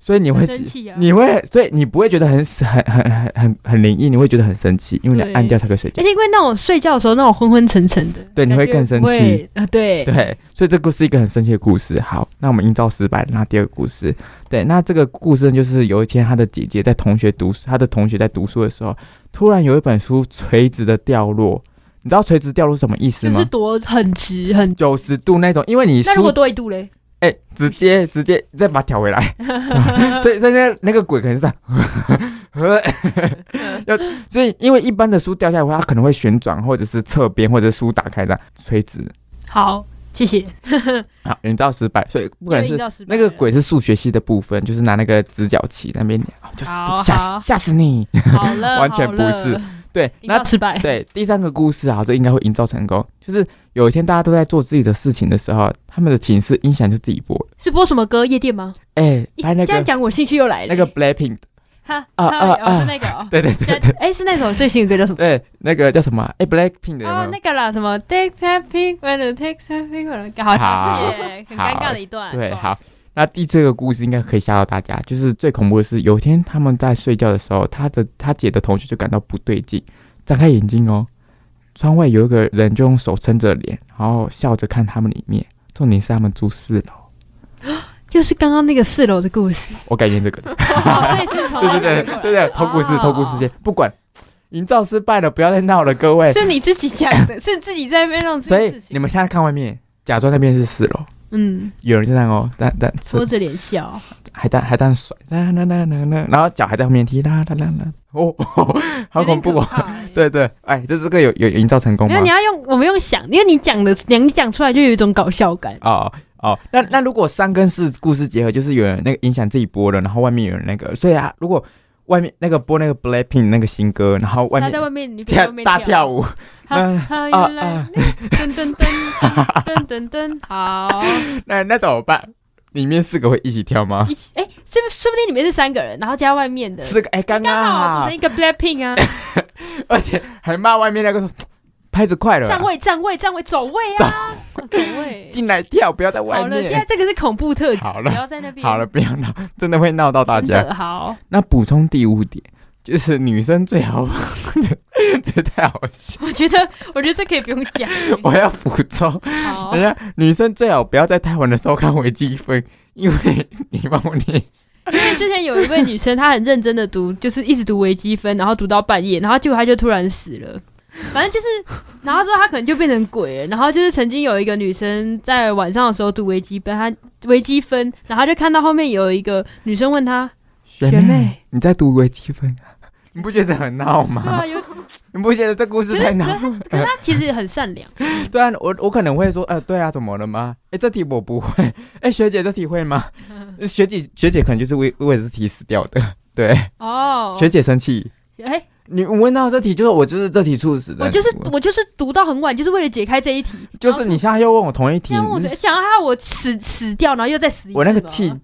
所以你会
很生
起，
气啊，
你会，所以你不会觉得很很很很很很灵异，你会觉得很生气，因为
对
你按掉才可以睡觉
而。且因为那种睡觉的时候那种昏昏沉沉的，
对你
感
会
觉
更生
不会
气，
呃，对，
对，所以这故事是一个很生气的故事。好，那我们营造失败，那第二个故事，对，那这个故事呢就是有一天他的姐姐在同学读书，他的同学在读书的时候，突然有一本书垂直的掉落，你知道垂直掉落是什么意思
就是
吗？
躲很直很。
九十度那种，因为你
那如
书
果多一度嘞，
哎、直接直接再把它调回来，
<laughs>
所以所以那那个鬼可能是这样 <laughs> 呃要，所以因为一般的书掉下来的话，它可能会旋转，或者是侧边，或者是书打开这样垂直。
好，谢谢。
好，你知道失败，所以不可
又
能
引
是
到失败
那
了
个鬼是数学系的部分，就是拿那个直角器那边啊就是
好
吓
好
死吓死你。
好了，
<laughs> 完全不是
好了
对，
引
那
到失败。
对第三个故事啊，这应该会营造成功。就是有一天大家都在做自己的事情的时候，他们的寝室音响就自己播了。
是播什么歌？夜店吗？
哎、
咦
拍那
这样
个
讲，我哎兴趣又来了。
那个 Blackpink，
<laughs> 哈，
啊
哈
啊
哦，
啊
是那个哦。
对对对对
现在哎，是那首最新的歌叫什么？
对，那个叫什么啊？哎、b l a c k p i n k 的有没
哦
有？，
那个啦，什么 Take a pink when the take a pink when the- 好，
好
谢谢，很尴尬的一段。
对
不意思，
那第四个故事应该可以吓到大家，就是最恐怖的是，有一天他们在睡觉的时候，他的他姐的同学就感到不对劲，张开眼睛哦，窗外有一个人就用手撑着脸，然后笑着看他们里面。重点是他们住四楼，
又是刚刚那个四楼的故事，
我改编这个的，
<laughs> 哦所以是从那边过
对对对对
来
对对，偷故事偷故事先，不管营造失败了，不要再闹了，各位。
是你自己讲的，是自己在那边弄这
所
件
以
事情。
你们现在看外面，假装那边是四楼，
嗯，
有人就这样哦，但但是
拖着脸笑，
还在还在甩，啦啦啦啦啦，然后脚还在后面踢，啦啦啦啦，哦， <laughs> 好恐怖哦！
哦。
对对，哎，这这个有有有营造成功
没
吗
有，你？要用我们用想，因为你讲的，你讲出来就有一种搞笑感。
哦哦，那那如果三跟四故事结合，就是有人那个音响自己播了，然后外面有人那个，所以啊，如果外面那个播那个 Blackpink 那个新歌，然后外
他
面
在外面，你可以在
跳
外面
大跳舞，
好，
嗯
好，
啊
原来
啊，
噔噔噔噔噔噔噔，好，
那那怎么办？里面四个会一起跳吗？
一起，哎，这说不定里面是三个人，然后加外面的，
四个哎，刚刚
刚好组
好
成一，个 Blackpink 啊，
而且还骂外面那个说嗯拍子快了啦
站，位站位站位走位啊，哦走位。
进来跳，不要在外
好了，现在
面。
这个是恐怖特辑，
好了
不要在那边
好了，不要闹，真的会闹到大
真
家。
的好，
那补充第五点，就是女生最好玩， <laughs> 这这太好笑。
我觉得我觉得这可以不用讲。
我要补充，
好
等一，下女生最好不要在台湾的时候看微积分，因为你帮我念，
<laughs> 之前有一位女生，她很认真的读，就是一直读微积分，然后读到半夜，然后结果她就突然死了。反正就是，然后之后她可能就变成鬼了。然后就是曾经有一个女生在晚上的时候读微积分，她微积分，然后她就看到后面有一个女生问她，
学
妹
你在读微积分啊，你不觉得很闹
对
吗
啊，？有，
你不觉得这故事太闹？
可
<laughs>
是她其实很善良，
对啊，我我可能会说，呃，对啊，怎么了吗？哎，这题我不会。哎，学姐，这题会
<laughs>
吗？学姐，学姐可能就是为为了这题死掉的。对，
哦，
学姐生气。
哎、
你问到这题，就是我就是这题猝死的。
我就是
你
我就是读到很晚，就是为了解开这一题。
就是你现在又问我同一题，
然后我
你是
想要害我死死掉，然后又再死一次嘛。
我那个气
哦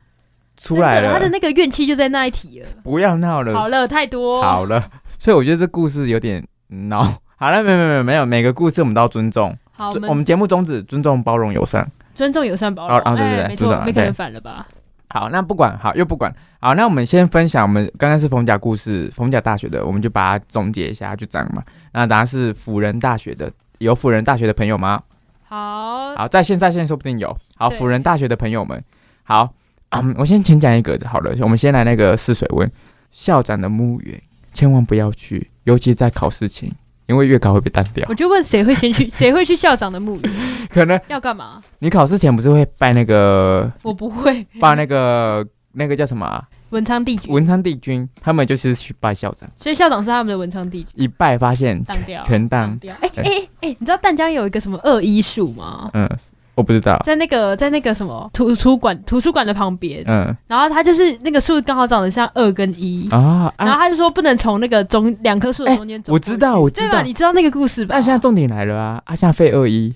出来
真的
了
她的，那个怨气就在那一题了。
不要闹了，
好了，太多。
好了。所以我觉得这故事有点闹。好了，没有没有没有没有，每个故事我们都要尊重。
好，我
尊
们
我们节目宗旨尊重、包容、友善。
尊重友善包容。
哦哦对对对
哎没
尊
错，
重
没可能
对
反了吧？
好，那不管好又不管好，那我们先分享我们刚刚是逢甲故事，逢甲大学的，我们就把它总结一下，就这样嘛。那答案是辅仁大学的，有辅仁大学的朋友吗？
好，
好，在线在线说不定有。好，
对
辅仁大学的朋友们，好，嗯我先先讲一个好了，我们先来那个试水温。校长的墓园千万不要去，尤其在考试前，因为月考会被淡掉
我。就问谁会先去， <laughs> 谁会去校长的墓园？
可能
要干嘛？
你考试前不是会拜
<laughs>
那个
我不会。
拜那个那个叫什么啊、
文昌帝君，
文昌帝君，他们就是去拜校长，
所以校长是他们的文昌帝君，
一拜发现
当掉，
全
当
当。
掉。哎哎哎哎，你知道淡江有一个什么二一树吗？
嗯，我不知道。
在那个在那个什么图书馆图书馆的旁边，
嗯
然后它就是那个树刚好长得像二跟一，
啊
然后
啊，
他就说不能从那个中两棵树的中间走
我
过去、
知道，我知
对吧？
道。
你知道那个故事吧？
那现在重点来了啊！啊，现在废二一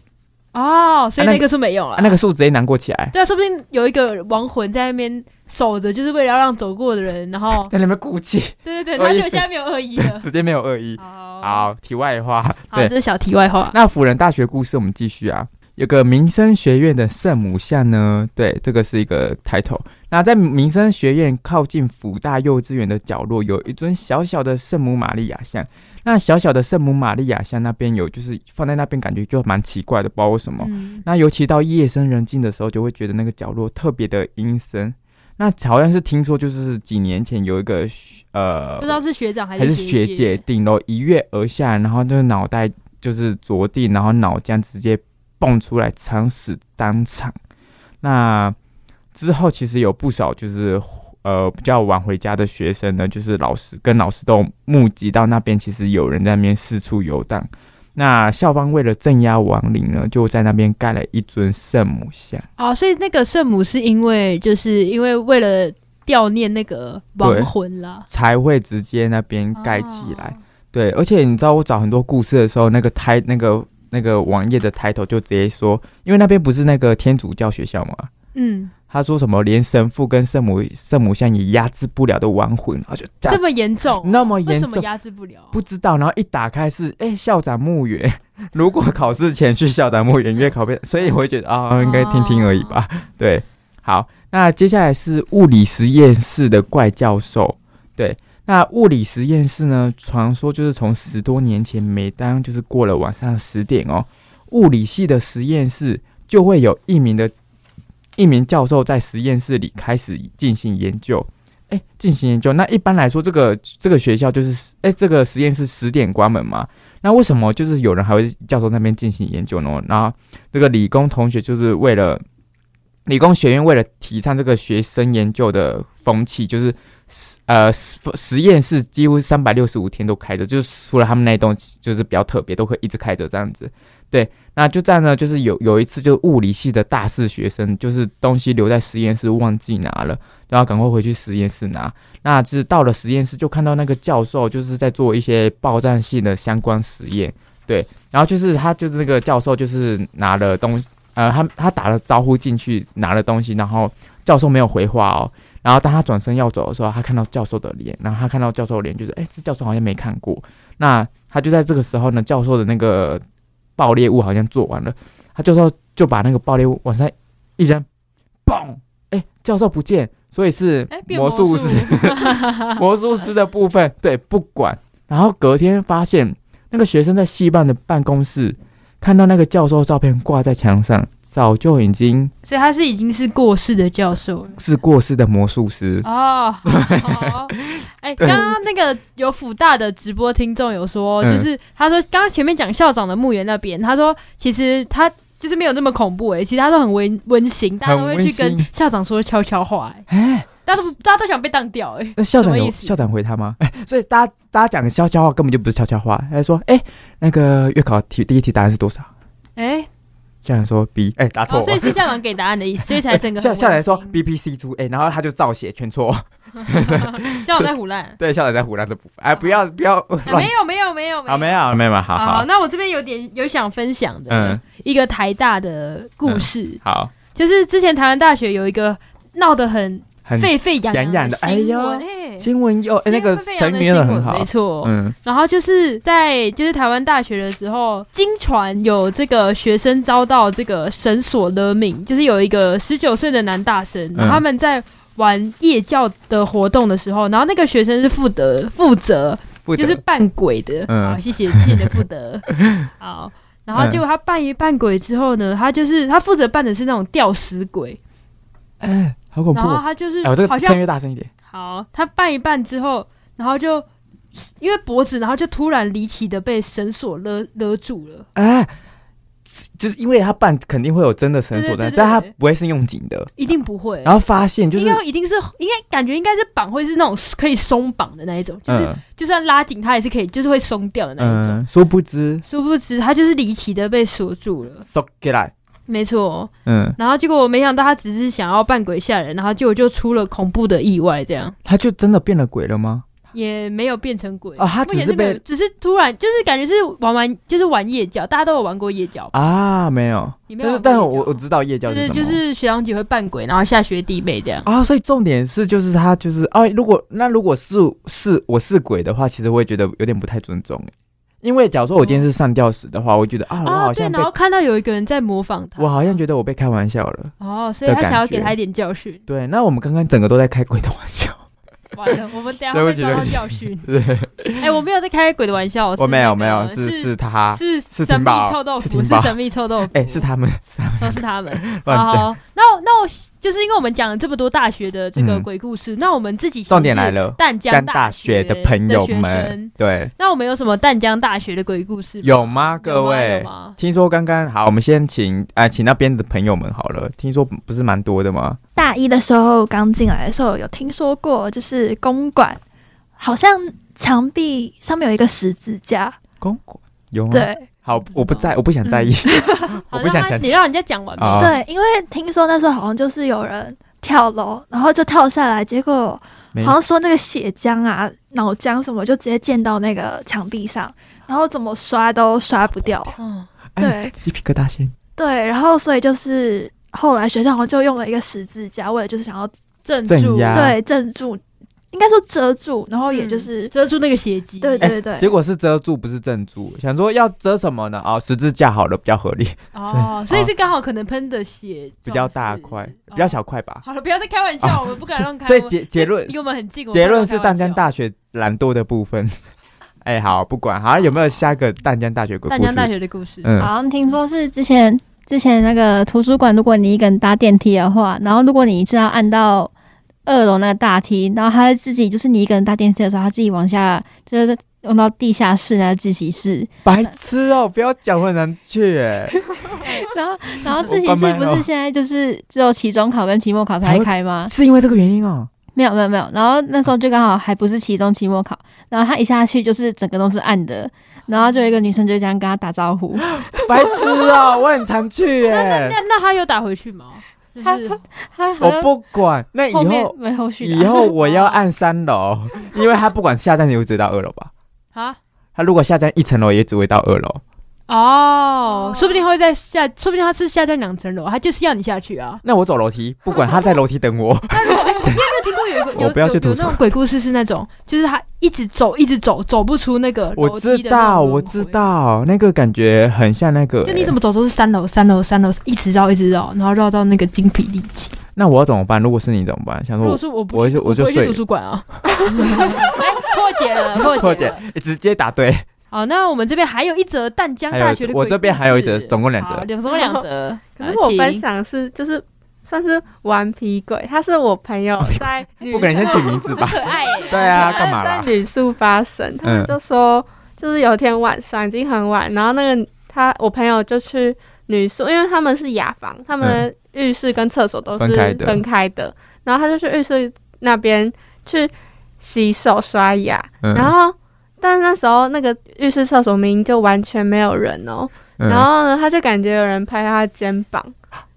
哦，所以
啊那
那棵树没用了、
啊，那个树直接难过起来。
对啊，说不定有一个亡魂在那边守着，就是为了要让走过的人，然
<laughs>
后
在那边鼓气，
对对对，
恶
他就
意
现在没有恶意
<laughs>
了。
直接没有恶意。
好，
好，题外话， <laughs>
好，
对
这，是小题外话。
那辅仁大学故事我们继续啊。有个民生学院的圣母像呢，对，这个是一个 title。那在民生学院靠近辅大幼稚园的角落，有一尊小小的圣母玛利亚像。那小小的圣母玛利亚像那边有，就是放在那边感觉就蛮奇怪的，不知道为什么。
嗯，
那尤其到夜深人静的时候，就会觉得那个角落特别的阴森。那好像是听说，就是几年前有一个呃，
不知道是学长还
还是
学
学姐顶楼一跃而下，然后就是脑袋就是着地，然后脑浆直接蹦出来，惨死当场。那之后其实有不少就是呃比较晚回家的学生呢，就是老师跟老师都目击到那边其实有人在那边四处游荡。那校方为了镇压亡灵呢，就在那边盖了一尊圣母像。
哦，所以那个圣母是因为就是因为为了悼念那个亡魂啦，
才会直接那边盖起来。
哦
对，而且你知道我找很多故事的时候，那个台那个那个网页的抬头就直接说，因为那边不是那个天主教学校嘛，
嗯，
他说什么连神父跟圣母圣母像也压制不了的亡魂，然后就这
这
样
么严重，
<laughs> 那么
为
严
什么
重。
压制不了？
不知道，然后一打开是哎、校长墓园。如果考试前去校长墓园，越考遍，所以我会觉得啊、应该听听而已吧。 <laughs> 对，好，那接下来是物理实验室的怪教授。对，那物理实验室呢，传说就是从十多年前，每当就是过了晚上十点哦，物理系的实验室就会有一名的一名教授在实验室里开始进行研究。哎，进行研究。那一般来说，这个这个学校就是，哎，这个实验室十点关门嘛。那为什么就是有人还会教授那边进行研究呢？然后这个理工同学就是为了理工学院为了提倡这个学生研究的风气，就是实呃实实验室几乎三百六十五天都开着，就是除了他们那一栋就是比较特别，都会一直开着这样子。对，那就这样呢，就是有有一次，就是物理系的大四学生，就是东西留在实验室忘记拿了，然后赶快回去实验室拿。那就是到了实验室，就看到那个教授就是在做一些爆炸性的相关实验，对，然后就是他就是那个教授就是拿了东西，呃，他他打了招呼进去拿了东西，然后教授没有回话哦，然后当他转身要走的时候，他看到教授的脸，然后他看到教授的脸，就是哎、诶这教授好像没看过。那他就在这个时候呢，教授的那个爆裂物好像做完了，他教授就把那个爆裂物往上一扔，嘣！哎、教授不见，所以是 <laughs>
哎，变
魔术师。魔术师的部分，对，不管。然后隔天发现，那个学生在系办的办公室看到那个教授照片挂在墙上，早就已经
所以他是已经是过世的教授了。
是过世的魔术师。
哦，好哎，
<laughs> 对
刚刚那个有辅大的直播听众有说，
嗯
就是他说刚刚前面讲校长的墓园那边，他说其实他就是没有那么恐怖哎、其实他都很温温馨，大家都
很
会
温
去跟
馨
校长说悄悄话哎、
哎，
大家都大家都想被当掉哎、
那校
什
长
么
有
意思
校长回他吗？ <laughs> 哎，所以大家大家讲的悄悄话根本就不是悄悄话，他就说：“哎，那个月考题第一题答案是多少
哎、？”
校长说 B，哎，答错
哦，
了
所。以是校长给答案的意
<laughs>
思，所以才整个
校
很
校长说
温馨
B B C 猪，哎，然后他就照写全错。 <laughs>
<laughs> 校长在胡乱，
对，校长在胡乱这部分，哎，不要不要
啊
乱
没。有没有啊没有
啊
哦
好，没有没有，好好
那我这边有点有想分享的、
嗯
一个台大的故事，
好，
就是之前台湾大学有一个闹得很
很
沸沸扬
洋
扬
洋的哎
新
呦
闻，哎
新闻又哎、那个
新
成
闻沸
语
扬
用
的
的
新闻
很好
没，错。
嗯，
然后就是在就是台湾大学的时候，经传有这个学生遭到这个绳索勒命，就是有一个十九岁的男大生，
嗯
然后他们在。玩夜教的活动的时候，然后那个学生是负责负责
不
就是
得
扮鬼的。
嗯
好，谢谢谢谢负
<laughs>
责。好，然后结果他扮一扮鬼之后呢，他就是他负责扮的是那种吊死鬼，
好恐怖
然后
哦！
他就是
哎，我这
好
个
像
声乐大声一点，
好，他拌一拌之后，然后就因为脖子，然后就突然离奇的被绳索勒勒住了。
哎、是就是因为他办肯定会有真的绳索
对
的，
对对对
但他
对
不会是用紧的，
一定不会，
然后发现就是
应该一定是应该感觉应该是绑会是那种可以松绑的那一种，就是、
嗯
就算拉紧它也是可以，就是会松掉的那一种。
嗯，殊不知
殊不知他就是离奇的被锁住了，
收起来，
没错。
嗯，
然后结果我没想到他只是想要扮鬼吓人，然后结果就出了恐怖的意外，这样
他就真的变了鬼了吗？
也没有变成鬼
哦嗯他只
目前
是
没有
被
只是突然就是感觉是玩玩就是玩夜教，大家都有玩过夜教吧
啊，没有，
你没
但
有玩过
是但是
夜
我
教
我知道夜教
就是是
什么，
就是学长姐会扮鬼，然后吓学弟妹这样。
啊，所以重点是就是他就是啊，如果那如果是是我是鬼的话，其实我也觉得有点不太尊重欸因为假如说我今天是上吊死的话，我觉得啊，我
啊，
好
对，
像被
然后看到有一个人在模仿他，
我好像觉得我被开玩笑了。
哦，所以他想要给他一点教训。
对，那我们刚刚整个都在开鬼的玩
<laughs>
笑。
哦
<laughs>
完了，我们等一下
对不
会
起
被遭到
对不起
教训。
对，
哎，我没有在开鬼的玩笑，
我哦没有
那
没
个
有，
是
是是他，
是哦
是
神
婷
秘
宝
臭豆
是
腐，
婷
是
宝
神秘臭豆腐，
哎，是他们
都是他
<laughs>
们。
乱
好
讲。
好，那我那我就是因为我们讲了这么多大学的这个
嗯
鬼故事，那我们自己
重点来
了，
了，
淡江
江
大
大
学
学
的
的朋友
学
们
生，，
对，
那我们有什么淡江大学的鬼故事吗？
有吗？
有
各
吗有
位，
吗？
听说刚刚好，我们先请哎，请那边的朋友们好了。听说不是蛮多的吗？
大一的时候刚进来的时候有听说过，就是公馆好像墙壁上面有一个十字架，
公馆有吗？
对
好
嗯知，
我不
道嗯
在，我不想在意，我 <laughs>
好，
不
让
想
他
想
你
起。
让人家讲完吧。
啊
对，因为听说那时候好像就是有人跳楼，然后就跳下来，结果
没
好像说那个血浆啊、脑浆什么就直接溅到那个墙壁上，然后怎么刷都刷不掉。
嗯，
哎，
对
鸡皮疙瘩先。
对，然后所以就是后来学校好像就用了一个十字架，为了就是想要
镇
镇
住，
压啊嗯
对镇住，应该说遮住，然后也就是、
遮住那个血迹。
对
哎
对对
结果是遮住，不是镇住。想说要遮什么呢？哦，十字架好了，比较合理，
哦，
哎所
所
以
以是刚好可能喷的血
比较
撞
大
是
块，比较。
哦
小块吧。
好了，不要再开玩笑，我们不敢让开。
所以
我
结结论
离我们很近。我们
结
不敢
论是
开玩
淡江
笑
大学懒惰的部
<laughs>
分。哎，好，不管，好有没有下个淡江大学鬼
淡
故
江大
事？
学的故事。
嗯，
好像听说是之前之前那个图书馆，如果你一个人搭电梯的话，然后如果你一次要按到二楼那个大梯，然后他会自己就是你一个人搭电梯的时候，他自己往下就是用到地下室那个自习室， <laughs>
白痴哦，不要讲我很难去，
<laughs>
哎，
然后然后自习室不是现在就是只有期中考跟期末考才会开吗？
是因为这个原因哦。
没有没有没有，然后那时候就刚好还不是期中期末考，然后他一下去就是整个都是暗的，然后就有一个女生就这样跟他打招呼，
白痴哦，我很常去，哎，
<laughs> 那那他有打回去吗？就是
他好
我
像
不管。那以
后面
后
没后续的啊、
以后我要按三楼，因为他不管下站也会直到二楼吧。
啊，
他如果下站一层楼，也只会到二楼。
哦，说不定他会在下，说不定他是下在两层楼，他就是要你下去啊。
那我走楼梯，不管他在楼梯等我。
<laughs> 那哎听过有一个有
我不要去
有
图
有
书
那种鬼故事是那种，就是他一直走一直走，走不出那个
我
楼
知
梯的那
道，
种
我
轮
知
回。
道，那个感觉很像那个、
就你
欸
怎么走都是三楼，三楼，三楼，一直绕，一直绕，然后绕到那个精疲力尽。
那我要怎么办？如果是你怎么办？想
如
说
果
<laughs>
说我
我
不
我
去
就我就
不会去
睡
图书馆啊， <laughs> 哎破解了，破解了。
破解欸直接答对，
好，那我们这边还有一则淡江
还有
大
一
学
则
的鬼故事，
我这边还有一则，总共两
好
则。
总共两 <laughs> 则。
可是
好
我
请
分享是就是算是顽皮鬼，他是我朋友在女
哦不可能先取名
<laughs>
字吧？
可爱耶，
对啊，干嘛
在
啦？
女宿发生，他们就说就是有一天晚上已经很晚，然后那个他我朋友就去女宿，因为他们是雅房，他们的浴室跟厕所都是
嗯分开的
分开的，然后他就去浴室那边去洗手刷牙，
嗯
<laughs> 然后但是那时候那个浴室厕所明明就完全没有人哦，
嗯
然后呢，他就感觉有人拍他的肩膀，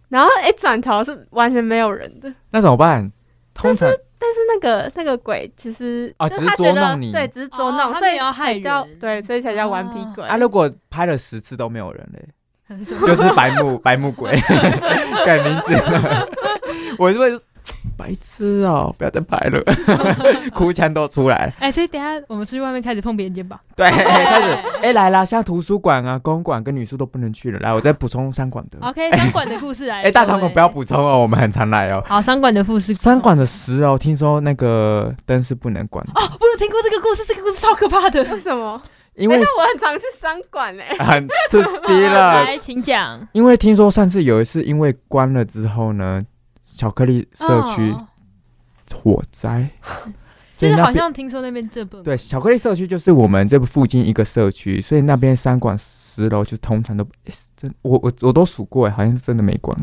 然后一转头是完全没有人的。
那怎么办？通常
但是那个那个鬼其实
哦
就是
只是
他觉
捉
得
弄你
对，只是捉
哦
弄，
他
所
没
以
有要害
才叫
人哦
对，所以才叫顽皮鬼。
啊，如果拍了十次都没有人嘞，
啊
什么
就是白目白目
<laughs>
鬼，改名字了。我是不是白痴哦？不要再拍
<laughs>
了，哭腔都出来了。
哎，所以等一下我们出去外面开始碰别人肩膀。
对，
<laughs>
开始 <laughs> 哎来啦，像图书馆啊、公馆跟女宿都不能去了。来，我再补充三馆的。
OK，商管的故事来了。
<laughs> 哎，大场
各
馆
位
不要。补充哦，我们很常来哦。
好，商管的故事。
三馆的十楼，听说那个灯是不能关的，
哦，我有听过这个故事，这个故事超可
<laughs>
怕的。
为什么？
因为
但是我很常去商馆欸诶、
<laughs> 很刺激了。
<laughs> 来，请讲。
因为听说上次有一次，因为关了之后呢，巧克力社区
哦
火灾，
就
所以
是
那
好
边
像听说那边这本
对巧克力社区就是我们这附近一个社区，所以那边三馆十楼就通常都诶真我我我都数过，好像是真的没关。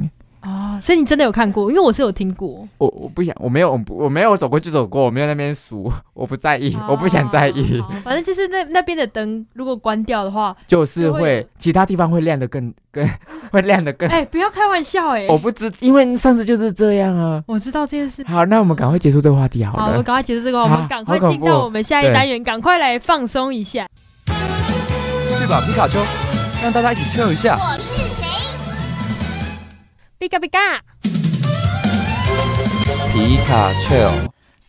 哦，所以你真的有看过，因为我是有听过。
我我不想，我没有，我不我没有走过就走过，我没有那边数， <laughs> 我不在意，我不想在意，
啊哦好 <laughs> 反正就是那那边的灯如果关掉的话，
<laughs> 就是
就会有
会其他地方会亮得更更 <laughs> 会亮得更。
哎、不要开玩笑哎、
<laughs> 我不知，因为上次就是这样啊。
我知道这件事。
好，那我们赶快结束这个话题好
好，我
了
们。赶快结束这个，我
啊
们赶快
好恐
进
怖
到我们下一
对
单元，赶快来放松一下。
去吧，皮卡丘，让大家一起 chill 一下。
比嘎比嘎，
皮卡丘，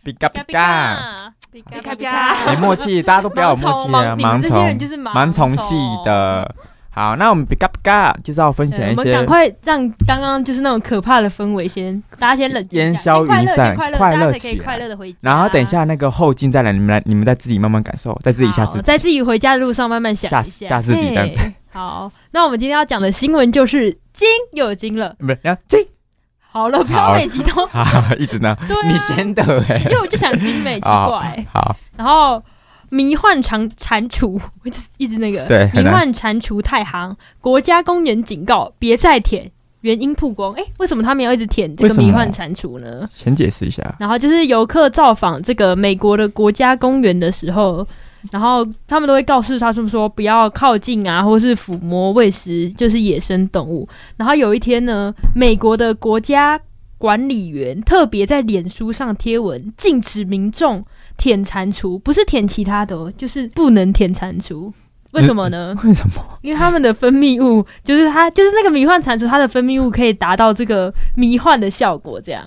比嘎
比
比嘎。，
比
比
嘎
嘎
比
比
嘎
嘎，
没默契，大家哎都不要有默契啊！
<laughs> 盲从盲你们
盲
这些人就
从，
是
盲从
从
系。的。好，那我们比嘎比嘎就是要分
对
享
我
一
们赶
些
快让刚刚就是那种可怕的氛围先，大家先冷静一下，先
烟消
快乐
云散
先快乐，
快乐
大家才可以
起来
快乐的回家。
然后等一下那个后劲再来，你们来，你们再自己慢慢感受，再自己下
好
次
在自己回家的路上慢慢想
下
一下，
下次自己这样子
嘿好，那我们今天要讲的新闻就是金又金了。
不是，然后这 <laughs>
好了，不要
好
每集都
好一直呢，
对啊，
你先哦的
因
哎，
为我就想精
<laughs>
美奇怪，
好，
然后迷幻蟾蟾蜍， <laughs> 我一直一直那个
对很
迷
难
幻蟾蜍太行，国家公园警告别再舔，原因曝光。哎，为什么他们要一直舔这
为
个
什么
迷幻蟾蜍呢？
先解释一下，
然后就是游客造访这个美国的国家公园的时候，然后他们都会告诉他们说不要靠近啊，或是抚摸喂食，就是野生动物。然后有一天呢，美国的国家管理员特别在脸书上贴文，禁止民众舔蟾蜍，不是舔其他的哦，就是不能舔蟾蜍。为什么呢？ <laughs>
为什么？
因为它们的分泌物，就是它，就是那个迷幻蟾蜍，它的分泌物可以达到这个迷幻的效果，这样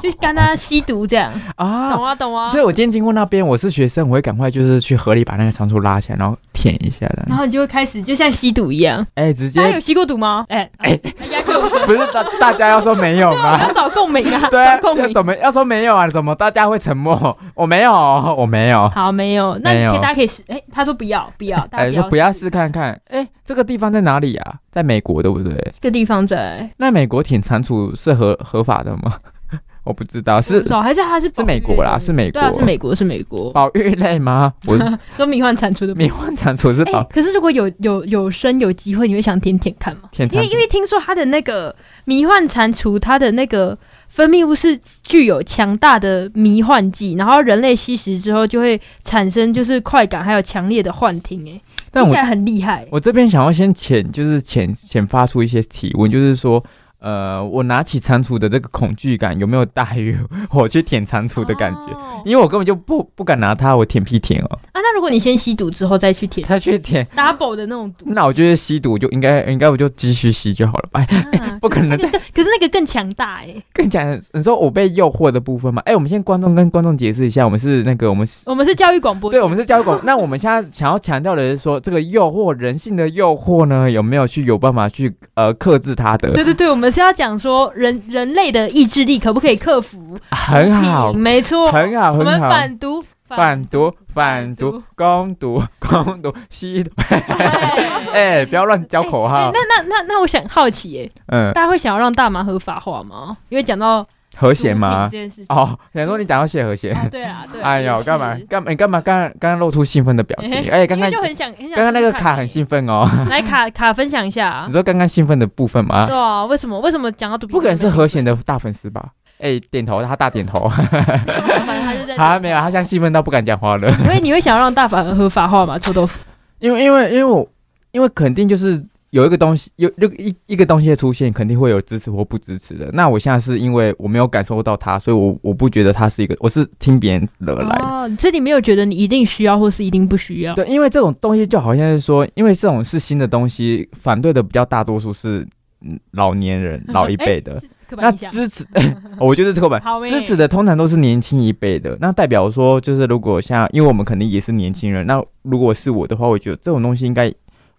就跟它吸毒这样。
啊
懂？啊，懂啊。
所以我今天经过那边，我是学生，我会赶快就是去河里把那个仓鼠拉起来，然后舔一下的
然。后你就会开始就像吸毒一样。
哎，直
啊 <laughs> 大家有
接
吸过毒吗？哎、
哎，
鸦雀无声，
不是
<laughs>
大大家要说没有吗
我？ <laughs> 要找共鸣啊，
<laughs> 对啊，
找共
要
鸣。
怎么要说没有啊？怎么大家会沉默？我没有， <laughs> 我没有。
好，没有，那
没
你
有
可以大家可以试。哎、他说不要，不要，大
哎，
家
说不要试看看。哎，这个地方在哪里啊？在美国对不对？
这个地方在，
那美国舔蟾蜍是合合法的吗？ <laughs> 我不知道，
我
是
不知道还是他是
是美国
保
啦，
育类的
是美国，
对啊，是美国，是美国，
保育类吗？
<laughs>
我
跟迷幻产出的不一
迷
样。
幻蟾蜍是
哎、
保
可是如果有有有生有机会，你会想舔舔看吗？
舔
因
蟾
为因
蜍，
为听说它的那个迷幻蟾蜍，它的那个分泌物是具有强大的迷幻剂，然后人类吸食之后就会产生就是快感，还有强烈的幻听、欸，哎，
但
听
我
起来很厉害、
我这边想要先浅，就是浅浅发出一些提问，就是说，呃，我拿起蟾蜍的这个恐惧感有没有大于我去舔蟾蜍的感觉？
哦
因为我根本就不不敢拿它，我舔屁舔哦，
啊，那如果你先吸毒之后再去舔
才去舔。
double 的那种
<laughs>
毒，
那我觉得吸毒就应该应该我就继续吸就好了吧，哎
啊
不可能再
可是那个更强大哎、
跟你讲，你说我被诱惑的部分嘛？哎、我们先观众跟观众解释一下，我们是那个我们是。
我们是教育广播，
对，我们是教育广。那我们现在想要强调的是说，这个诱惑，人性的诱惑呢，有没有去有办法去呃克制它的？
对对对，我们是要讲说人人类的意志力可不可以克服？
很好
嗯，没错，
很好，
我们
很好。
反毒，
反毒，反
反
毒
毒，
攻毒，攻毒，吸毒。 <laughs>
哎
哎、不要乱教口
哎
号。
那那那那，我想好奇哎、
嗯，
大家会想要让大麻合法化吗？因为讲到
和
和
谐吗
这？件事情，
哦，想说你讲到写和谐。
哦对啦，对啦，
哎呦，
也是嗯
干嘛？干嘛？你干嘛？刚刚刚露出兴奋的表情。哎、刚
因为
刚
就
刚
很想，很想
刚那个
试试看
卡很兴奋哦。
来卡卡分享一下啊
你，说刚刚兴奋的部分吗
对？啊，为什么为什么讲到毒品
不可能是和谐
的，
的大粉丝吧？哎，点头，他大点
哦
头，
<laughs> 反正他就在
他没有，他现在兴奋到不敢讲话了。
你会你会想要让大法合法化吗？臭豆腐，
<laughs> 因为因为因为我因为肯定就是有一个东西有有一一个东西的出现，肯定会有支持或不支持的。那我现在是因为我没有感受到它，所以我我不觉得它是一个，我是听别人惹来的。
哦，所以你没有觉得你一定需要或是一定不需要？
对，因为这种东西就好像是说，因为这种是新的东西，反对的比较大多数是嗯老年人、老一辈的。
哎，是刻
那
板印象
支持，哦我觉得这个吧
好，欸
支持的通常都是年轻一辈的。那代表说，就是如果像，因为我们肯定也是年轻人，那如果是我的话，我觉得这种东西应该，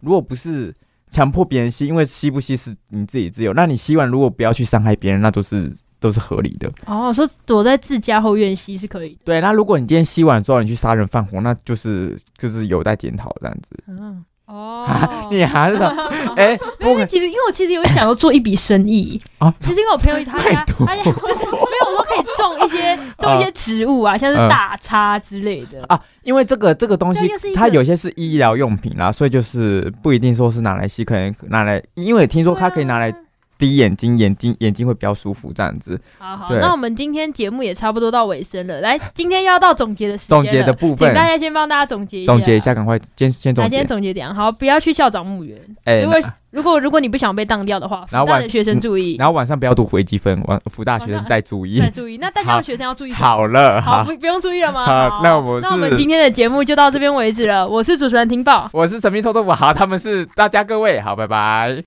如果不是强迫别人吸，因为吸不吸是你自己自由。那你吸完，如果不要去伤害别人，那都是都是合理的。
哦，说躲在自家后院吸是可以的。
对，那如果你今天吸完之后，你去杀人放火，那就是就是有待检讨这样子。，
嗯，哦
啊你还是想，哎、不
因
可
为其实因为我其实有想要做一笔生
<laughs>
意，
啊，
就是因为我朋友他
<laughs>
家 <laughs>
卖毒
他家就是没有我说可以种一
<laughs>
些种一些植物啊，像是
嗯
大叉之类的。
啊，因为这个这个东西
对又是一，个
它有些是医疗用品啦，所以就是不一定说是拿来吸，可能拿来，因为听说它可
啊
以拿来滴眼睛，眼睛眼睛会比较舒服这样子。
好好，
对
那我们今天节目也差不多到尾声了，来，今天又要到总结的时间
总
了。
结的部
请
分，
大家先帮大家总结一下，
总结一下，赶快先先
来。
总
啊今
结
天。总结点好，不要去校长墓园。
哎，
如果如果如果你不想被当掉的话，
然
福
后
大
晚
的学生注意，
然后晚上不要读微积分，晚福大学生再注意
再。注意。那大家
好
的学生要注意什么？
好了，
好，
好，
不不用注意了吗？
好那我
那我们
是
今天的节目就到这边为止了。我是主持人婷宝，
我是神秘臭豆腐，好，他们是大家各位，好，拜拜。